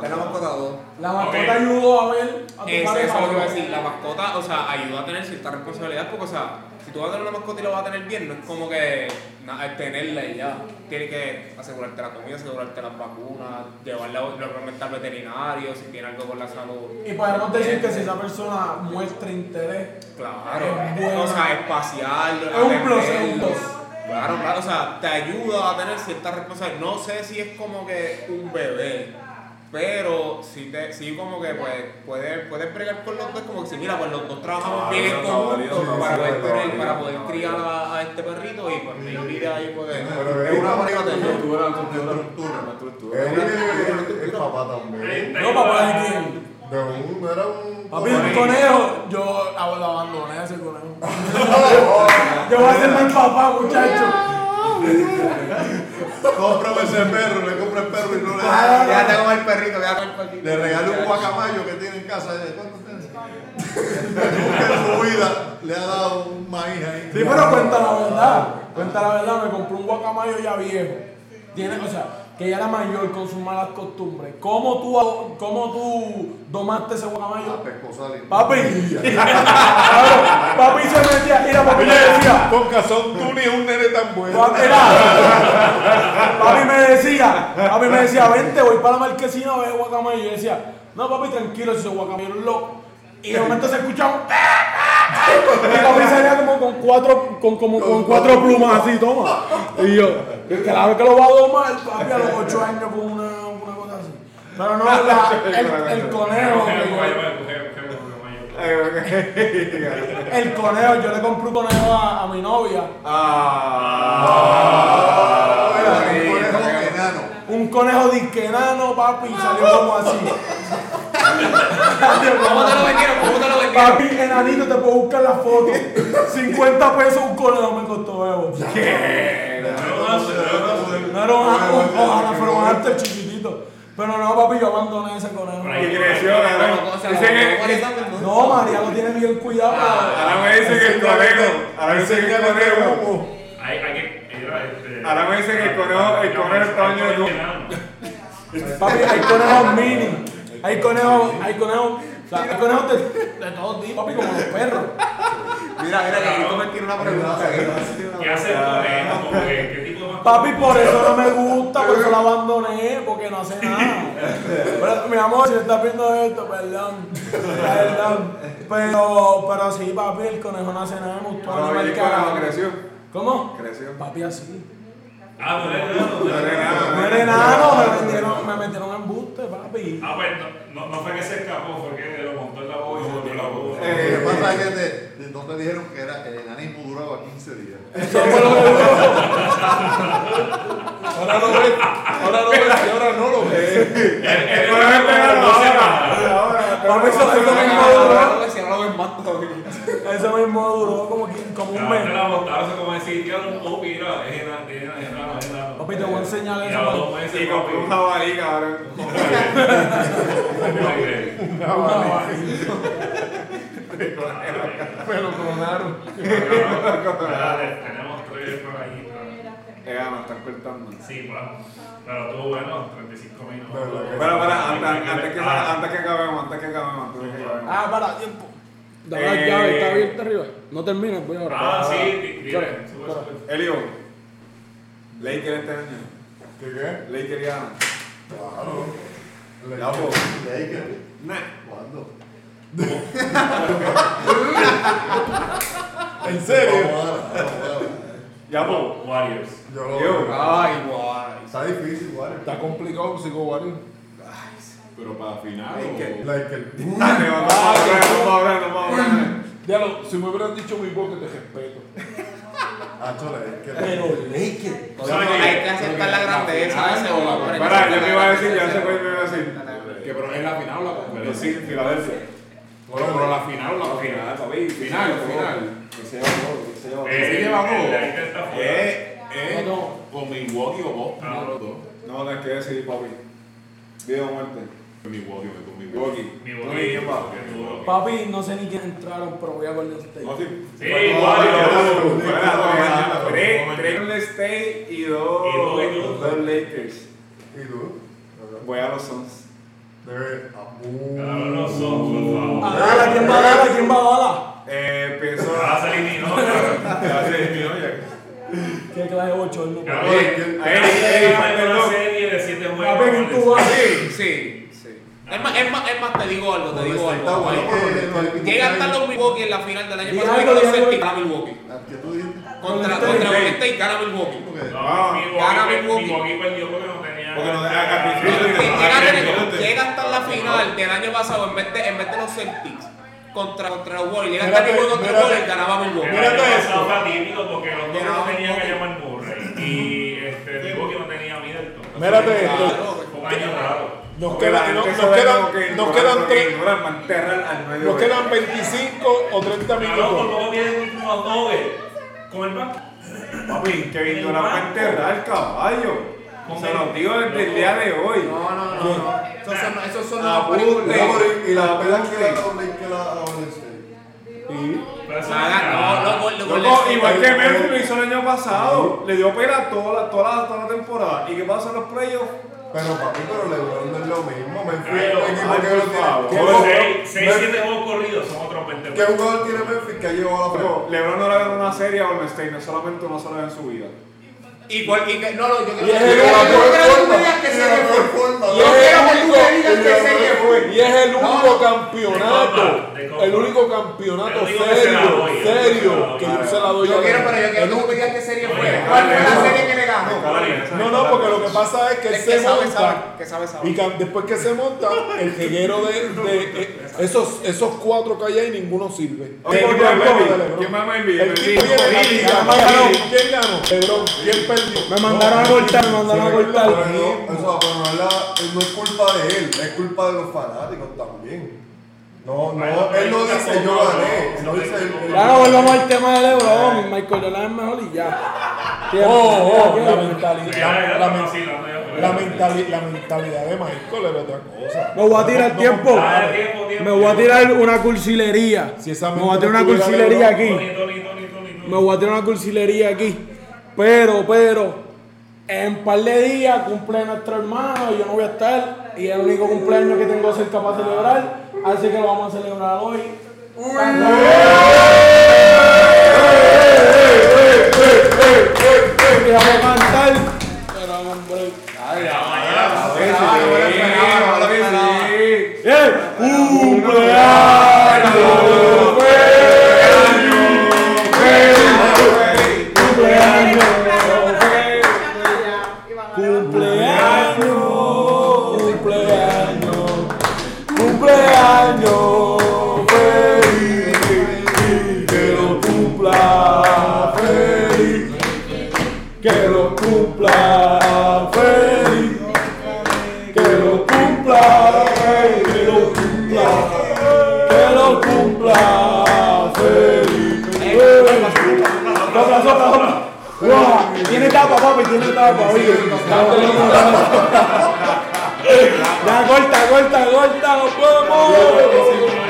[SPEAKER 5] la mascota dos.
[SPEAKER 1] La mascota
[SPEAKER 2] Ok.
[SPEAKER 1] ayudó a ver a tu
[SPEAKER 5] Es, eso es
[SPEAKER 1] pareja,
[SPEAKER 5] lo que iba a
[SPEAKER 1] ¿no?
[SPEAKER 5] decir. La mascota, o sea, ayuda a tener cierta responsabilidad porque, o sea, si tú vas a tener una mascota y la vas a tener bien, no es como que na- tenerla y ya. Tienes que asegurarte la comida, asegurarte las vacunas, llevarla normalmente al veterinario si tiene algo con la salud.
[SPEAKER 1] Y podemos decir que si esa persona muestra interés, Es
[SPEAKER 5] Claro,
[SPEAKER 1] bueno.
[SPEAKER 5] o sea, espacial,
[SPEAKER 1] Es un plus, es un
[SPEAKER 5] atenderlo.
[SPEAKER 1] plus.
[SPEAKER 5] Claro, claro, o sea, te ayuda a tener cierta responsabilidad. No sé si es como que un bebé, pero sí, te, sí como que pues, puedes, puedes bregar con los dos, como que si mira, pues los dos trabajamos
[SPEAKER 3] Ah,
[SPEAKER 5] bien en
[SPEAKER 3] eso está
[SPEAKER 5] conjunto
[SPEAKER 3] válido,
[SPEAKER 5] para,
[SPEAKER 3] sí,
[SPEAKER 5] poder
[SPEAKER 3] está
[SPEAKER 5] tener-
[SPEAKER 3] válido,
[SPEAKER 5] para
[SPEAKER 3] está
[SPEAKER 5] poder criar a, a este perrito y pues me mira ahí pues.
[SPEAKER 6] Pero
[SPEAKER 5] es una
[SPEAKER 6] es
[SPEAKER 5] manera
[SPEAKER 6] una
[SPEAKER 5] de
[SPEAKER 6] estructura, una estructura, una estructura. Es una- es papá también.
[SPEAKER 2] Te
[SPEAKER 1] no, papá,
[SPEAKER 2] ayuda.
[SPEAKER 1] ¿de quién?
[SPEAKER 6] De un, no era un.
[SPEAKER 1] Papi, un
[SPEAKER 6] Ay,
[SPEAKER 1] conejo, yo ab- lo abandoné a ese conejo. Yo voy a ser mal papá, muchacho.
[SPEAKER 8] Cómprame ese perro, le compro el perro y no le
[SPEAKER 5] Ya tengo el perrito, ya tengo el perrito.
[SPEAKER 8] Le regalo un guacamayo que tiene en casa. ¿eh? ¿Cuánto tiene? Nunca en su vida le ha dado un maíz ahí.
[SPEAKER 1] Sí, pero cuenta la verdad. Cuenta la verdad, me compré un guacamayo ya viejo. Tiene, o sea, que ya era mayor con sus malas costumbres. ¿Cómo tú, a- cómo tú domaste ese
[SPEAKER 8] Ah,
[SPEAKER 1] guacamayo?
[SPEAKER 8] pescozal y-
[SPEAKER 1] Papi. Claro, papi se metía, mira, papi le decía.
[SPEAKER 4] Ah, Con razón, tú ni un nene tan bueno.
[SPEAKER 1] Papi, era- papi me decía, papi me decía, vente, voy para la marquesina a ver guacamayo. Y yo decía, no papi, tranquilo, ese guacamayo es loco. Y de momento se escuchaba un "Ah, y papi salía como con cuatro, con, como, con cuatro plumas así, toma. Y yo, claro que lo va a domar, papi, a los ocho años con una, una cosa así. Pero no, la- el, el conejo.
[SPEAKER 2] Coge,
[SPEAKER 1] que yo-
[SPEAKER 2] coge, coge, coge, coge, coge, coge.
[SPEAKER 1] el conejo, yo le compré un conejo a, a mi novia.
[SPEAKER 8] Ah, un conejo enano.
[SPEAKER 1] Un conejo disquenano, papi, y salió como así. Salió como
[SPEAKER 5] ¿Cómo te lo
[SPEAKER 1] así.
[SPEAKER 5] vendieron? ¿Cómo te lo vendieron?
[SPEAKER 1] Papi, enanito, te puedo buscar la foto. 50 pesos un conejo me costó, Evo. No era un un- ojalá fuera un hamster chiquitito. Pero no, papi, yo abandoné ese conejo.
[SPEAKER 2] Ahí.
[SPEAKER 5] Bueno, o sea, ¿cómo le dan el mundo?
[SPEAKER 1] No, María lo tiene bien cuidado. pero-
[SPEAKER 3] Ahora me dicen que el conejo. Ahora me dicen que el conejo.
[SPEAKER 2] Hay- hay que- era, este- Ah,
[SPEAKER 3] Ahora me dicen que el conejo- el conejo es tamaño de tú.
[SPEAKER 1] Papi, hay conejos mini. Hay conejos, hay conejos, o sea, hay conejos de, de todos tipos, papi, como los perros.
[SPEAKER 5] Mira, mira, que Cristo me tiene una pregunta.
[SPEAKER 2] ¿Qué hace el conejo? Como que, ¿Qué tipo de mascota?
[SPEAKER 1] Papi, pues, por eso no me gusta, por eso la abandoné, porque no hace nada. Pero, mi amor, si estás viendo esto, perdón. Perdón. Pero, pero sí, papi, el conejo no hace nada, me gustó.
[SPEAKER 3] Ahora
[SPEAKER 1] animal
[SPEAKER 3] me dicen
[SPEAKER 1] cagado.
[SPEAKER 3] que creció.
[SPEAKER 1] ¿Cómo?
[SPEAKER 3] Creció.
[SPEAKER 1] Papi, así.
[SPEAKER 2] Ah, no, no, no, no.
[SPEAKER 1] No era enano, me metieron, me metieron en buste, papi.
[SPEAKER 2] Ah, pues no, no- no fue que se escapó, fue que lo montó en la boca y volvió la boca.
[SPEAKER 8] Lo que pasa es que te, te- no te dijeron que era, el enanismo duraba 15 días.
[SPEAKER 1] Eso fue lo que duró.
[SPEAKER 4] Ahora lo ves, ahora lo ves y ahora no lo ves.
[SPEAKER 3] eh,
[SPEAKER 1] Papi, eso fue lo mismo duró.
[SPEAKER 5] Si no lo ves más todavía.
[SPEAKER 1] Eso mismo duró como, que- como un mes.
[SPEAKER 2] Ahora se como decir, tío, no, tú, oh, mira, es enano, es enano, es enano, es enano.
[SPEAKER 1] Papi, te voy a enseñar
[SPEAKER 2] Y
[SPEAKER 1] eso,
[SPEAKER 2] a los
[SPEAKER 1] papi.
[SPEAKER 2] dos meses,
[SPEAKER 3] Y compré un
[SPEAKER 2] papi,
[SPEAKER 3] jabalí, cabrón.
[SPEAKER 2] ¿cómo crees?
[SPEAKER 4] Pero coronaron.
[SPEAKER 2] Espérate, Tenemos tres por ahí. pero-
[SPEAKER 3] Eh, ah, me están cortando.
[SPEAKER 2] Sí, pa. Pero tú, bueno, 35 minutos.
[SPEAKER 3] Espera, espera, antes, antes,
[SPEAKER 2] ah,
[SPEAKER 3] que, antes que acabemos, antes que acabemos, antes que acabemos.
[SPEAKER 1] Ah, para, tiempo. Da la
[SPEAKER 3] Eh.
[SPEAKER 1] llave, está abierta arriba. No termines, voy ahora.
[SPEAKER 2] Ah, sí, di- di-
[SPEAKER 1] Espera,
[SPEAKER 2] sube,
[SPEAKER 1] espera.
[SPEAKER 2] sube.
[SPEAKER 3] Elio, Laker este año.
[SPEAKER 4] ¿Qué qué?
[SPEAKER 3] Laker gana.
[SPEAKER 4] Claro.
[SPEAKER 3] Ya, pues.
[SPEAKER 8] Lakers.
[SPEAKER 3] Nah.
[SPEAKER 8] ¿Cuándo?
[SPEAKER 4] ¿En serio?
[SPEAKER 3] Ya, pues.
[SPEAKER 2] Warriors.
[SPEAKER 4] Yo lo
[SPEAKER 3] Yo.
[SPEAKER 4] veo.
[SPEAKER 5] Ay, guay.
[SPEAKER 8] Está difícil, igual.
[SPEAKER 4] Está complicado, sigo Wario.
[SPEAKER 7] Pero para final.
[SPEAKER 3] Ay, qué-
[SPEAKER 7] o-
[SPEAKER 4] Lakers.
[SPEAKER 3] Dale, vamos a hablar, vamos a hablar, vamos a hablar.
[SPEAKER 4] Ya lo, si me hubieran dicho mi voz, que te respeto.
[SPEAKER 8] Hacho Lakers.
[SPEAKER 1] Pero Lakers.
[SPEAKER 5] No, hay que aceptar la grandeza. de ese hombre.
[SPEAKER 3] Espera, yo te iba a decir, ya sé cuál me iba a decir.
[SPEAKER 7] Que pero es la final o la
[SPEAKER 3] Pero
[SPEAKER 7] conferencia.
[SPEAKER 3] sí, Filadelfia.
[SPEAKER 7] Bueno, pero la final o la final.
[SPEAKER 3] papi.
[SPEAKER 7] Final, final.
[SPEAKER 3] Que se llevó, que se llevó.
[SPEAKER 7] Eh, se lleva
[SPEAKER 2] el
[SPEAKER 7] todo.
[SPEAKER 2] Lakers está fuera.
[SPEAKER 7] Eh, eh.
[SPEAKER 1] No,
[SPEAKER 7] Con Milwaukee o Boston.
[SPEAKER 2] Ah.
[SPEAKER 7] los dos.
[SPEAKER 3] No, tenés que decidir, papi. Viva o muerte.
[SPEAKER 7] Con Milwaukee, güey, con Milwaukee.
[SPEAKER 3] Milwaukee.
[SPEAKER 2] Mi
[SPEAKER 3] Tú ni quién va.
[SPEAKER 2] bolillo.
[SPEAKER 1] Papi, no sé ni quién entraron, pero voy a Golden State.
[SPEAKER 3] No, sí.
[SPEAKER 2] Sí,
[SPEAKER 3] Bueno,
[SPEAKER 2] Warriors.
[SPEAKER 3] bueno, bueno, bueno,
[SPEAKER 7] Golden
[SPEAKER 3] tres-
[SPEAKER 7] State.
[SPEAKER 3] tres Golden State y dos,
[SPEAKER 2] Y dos, y dos.
[SPEAKER 3] dos Lakers.
[SPEAKER 8] ¿Y tú?
[SPEAKER 3] Voy a los Suns.
[SPEAKER 8] Debe. Abu.
[SPEAKER 2] Claro, no son, por favor.
[SPEAKER 1] A
[SPEAKER 3] Ah.
[SPEAKER 1] Dala, ¿quién va a Dala? ¿Quién va a Dala?
[SPEAKER 3] Eh, pienso.
[SPEAKER 2] Ah, se eliminó, ya.
[SPEAKER 3] Ya se eliminó ya.
[SPEAKER 1] ¿Qué clase de ocho no?
[SPEAKER 2] Ya,
[SPEAKER 1] Papi,
[SPEAKER 2] oye,
[SPEAKER 3] ey,
[SPEAKER 2] Lakers
[SPEAKER 3] ey, perdón.
[SPEAKER 2] ganó
[SPEAKER 3] Ah,
[SPEAKER 2] una serie de siete juegos.
[SPEAKER 1] ¿quién tú vas?
[SPEAKER 5] Sí, sí, sí. este, Es más, es más, es más, te digo algo, te digo
[SPEAKER 8] Está
[SPEAKER 5] algo.
[SPEAKER 8] bueno,
[SPEAKER 5] Oye,
[SPEAKER 8] porque no hay
[SPEAKER 5] Llega a
[SPEAKER 8] ningún-
[SPEAKER 5] estar los Milwaukee en la final del año
[SPEAKER 1] Diga
[SPEAKER 5] pasado y
[SPEAKER 1] algo,
[SPEAKER 5] gana
[SPEAKER 1] diga algo.
[SPEAKER 5] Celtic, gana Milwaukee. este
[SPEAKER 8] Al que tú dijiste.
[SPEAKER 5] Contra,
[SPEAKER 1] Golden
[SPEAKER 5] contra
[SPEAKER 1] State.
[SPEAKER 5] Golden State, gana Milwaukee.
[SPEAKER 8] Porque-
[SPEAKER 2] No,
[SPEAKER 3] Ah,
[SPEAKER 5] Gana
[SPEAKER 2] Milwaukee,
[SPEAKER 5] Milwaukee.
[SPEAKER 2] Milwaukee perdió porque no tenía.
[SPEAKER 3] Porque no tenía
[SPEAKER 2] Ah,
[SPEAKER 3] Golden State.
[SPEAKER 2] ah,
[SPEAKER 5] Llega a tener-
[SPEAKER 2] Golden State.
[SPEAKER 5] Llega hasta la final del año pasado en vez de, en vez de los Celtics contra, contra los Warriors. Llega hasta
[SPEAKER 4] Mírate,
[SPEAKER 5] el contra los
[SPEAKER 4] mírate.
[SPEAKER 5] Warriors, ganaba Milwaukee.
[SPEAKER 2] El año pasado fue atípico porque los dos no tenían a llamar Murray y este, Milwaukee no tenía Middleton.
[SPEAKER 4] Mírate esto.
[SPEAKER 5] Claro,
[SPEAKER 2] Fue un año raro.
[SPEAKER 4] Nos, queda- no- nos quedan, nos quedan tres- nos quedan 25 o
[SPEAKER 2] Cabrón,
[SPEAKER 4] 30
[SPEAKER 2] por
[SPEAKER 4] minutos.
[SPEAKER 2] poco tienen unos nubes. Con el banco.
[SPEAKER 3] Papi, Kevin Durant va a enterrar el caballo. Se lo digo desde el día de hoy.
[SPEAKER 5] No, no, no, no. Esos son, esos son los
[SPEAKER 3] Ah,
[SPEAKER 5] apuros.
[SPEAKER 3] puta.
[SPEAKER 8] Y las pedas que le da Golden State, que la da Golden State.
[SPEAKER 2] Pero eso
[SPEAKER 5] Nada,
[SPEAKER 2] nada.
[SPEAKER 5] Ah, no, no, Golden- Golden
[SPEAKER 3] Loco,
[SPEAKER 5] State.
[SPEAKER 3] igual que Memphis lo hizo el año pasado, le dio pena toda la, toda la, toda la temporada. ¿Y qué pasa en los playoffs?
[SPEAKER 8] Pero papi, pero LeBron no es lo mismo. Me fui
[SPEAKER 2] Ay,
[SPEAKER 8] un
[SPEAKER 2] no,
[SPEAKER 8] equipo
[SPEAKER 3] ay,
[SPEAKER 8] que no
[SPEAKER 3] por
[SPEAKER 8] tiene.
[SPEAKER 3] favor.
[SPEAKER 8] ¿Qué
[SPEAKER 2] Con
[SPEAKER 8] jugador-
[SPEAKER 2] seis- seis,
[SPEAKER 8] Memphis-
[SPEAKER 2] siete juegos corridos son otros 20
[SPEAKER 8] ¿Qué
[SPEAKER 2] puntos.
[SPEAKER 8] jugador tiene Memphis que ha llevado a la
[SPEAKER 3] Loco, LeBron no le ganó una serie a Golden State, no solamente una sola vez en su vida.
[SPEAKER 5] Y, cual- y que, no, no, yo creo
[SPEAKER 1] Y es
[SPEAKER 5] yo
[SPEAKER 1] el
[SPEAKER 5] creo- yo
[SPEAKER 1] único
[SPEAKER 5] creo que tú me digas que
[SPEAKER 8] Y
[SPEAKER 5] se
[SPEAKER 8] de la peor forma,
[SPEAKER 1] Y es el
[SPEAKER 5] quiero que
[SPEAKER 8] ¿no?
[SPEAKER 5] tú me
[SPEAKER 1] único-
[SPEAKER 5] digas que se llevó.
[SPEAKER 1] Y es el
[SPEAKER 5] No,
[SPEAKER 1] único
[SPEAKER 5] no.
[SPEAKER 2] Disculpa,
[SPEAKER 1] campeonato,
[SPEAKER 2] disculpa.
[SPEAKER 1] el único campeonato
[SPEAKER 2] Yo digo que se la
[SPEAKER 1] serio,
[SPEAKER 2] doy, yo digo
[SPEAKER 1] serio,
[SPEAKER 2] que
[SPEAKER 1] que
[SPEAKER 2] se la
[SPEAKER 1] yo se la doy a
[SPEAKER 5] Yo quiero, pero
[SPEAKER 1] Lebron.
[SPEAKER 5] yo quiero que tú me digas qué serie
[SPEAKER 2] Oye,
[SPEAKER 5] fue. ¿Cuál fue la
[SPEAKER 3] Lebron.
[SPEAKER 5] serie que le ganó?
[SPEAKER 4] No, no, porque lo que pasa es que él
[SPEAKER 5] Es que
[SPEAKER 4] se
[SPEAKER 5] sabe,
[SPEAKER 4] monta.
[SPEAKER 5] sabe. Que sabe,
[SPEAKER 4] Y
[SPEAKER 5] sabe.
[SPEAKER 4] ca- después que se monta, el jeguero de, de- eh, esos, esos cuatro que hay ahí, ninguno sirve.
[SPEAKER 3] Oye,
[SPEAKER 4] El
[SPEAKER 3] ¿quién
[SPEAKER 4] equipo
[SPEAKER 3] más
[SPEAKER 4] de
[SPEAKER 3] me
[SPEAKER 4] LeBron.
[SPEAKER 3] ¿Quién más me
[SPEAKER 4] El
[SPEAKER 3] envió?
[SPEAKER 4] equipo viene la
[SPEAKER 3] Sí,
[SPEAKER 4] liga,
[SPEAKER 3] ganó.
[SPEAKER 4] ganó. ¿Quién ganó? Lebron. ¿Quién perdió?
[SPEAKER 1] Me mandaron a cortar, me mandaron a
[SPEAKER 8] Pero
[SPEAKER 1] cortar.
[SPEAKER 8] no, eso, pero no es, la- no es culpa de él, es culpa de los fanáticos también. No, no,
[SPEAKER 2] Bueno,
[SPEAKER 8] él no
[SPEAKER 2] pero
[SPEAKER 8] dice
[SPEAKER 2] tampoco,
[SPEAKER 8] yo
[SPEAKER 2] no,
[SPEAKER 8] gané, él no
[SPEAKER 2] no,
[SPEAKER 8] dice él-
[SPEAKER 2] no,
[SPEAKER 1] Ya no volvamos al tema de Lebron, Michael Jordan es mejor y ya. Tiempo,
[SPEAKER 4] Oh, oh,
[SPEAKER 1] ya,
[SPEAKER 4] la
[SPEAKER 1] ya.
[SPEAKER 4] mentalidad. La, men- la mentali- la mentalidad de Michael es otra cosa.
[SPEAKER 1] Me voy a tirar
[SPEAKER 4] No
[SPEAKER 1] tiempo.
[SPEAKER 4] comparar.
[SPEAKER 1] Me voy a tirar una cursilería.
[SPEAKER 4] Si esa
[SPEAKER 1] me voy a tirar una
[SPEAKER 4] mente tuviera
[SPEAKER 1] cursilería aquí.
[SPEAKER 4] Lebron.
[SPEAKER 1] Me voy a tirar una cursilería aquí. Pero, pero, en par de días cumple nuestro hermano y yo no voy a estar. Y es el único cumpleaños que tengo cerca para celebrar. Así que lo vamos a celebrar hoy. Y vamos a cantar. Pero, hombre.
[SPEAKER 3] Claro que sí.
[SPEAKER 1] ¡Eh! ¡Cumpleaños! ¡Cumpleaños! ¡Cumpleaños! ¡Cumpleaños! ¡Cumpleaños! ¡Feliz! y ¡Que lo cumpla! ¡Feliz! ¡Que lo cumpla! ¡Feliz! ¡Que lo cumpla, feliz, que lo cumpla, que lo cumpla, feliz. Sopla, sopla, sopla. Guau, Tiene tapa, papi, tiene tapa, oye. Ya corta, corta, corta, nos vemos.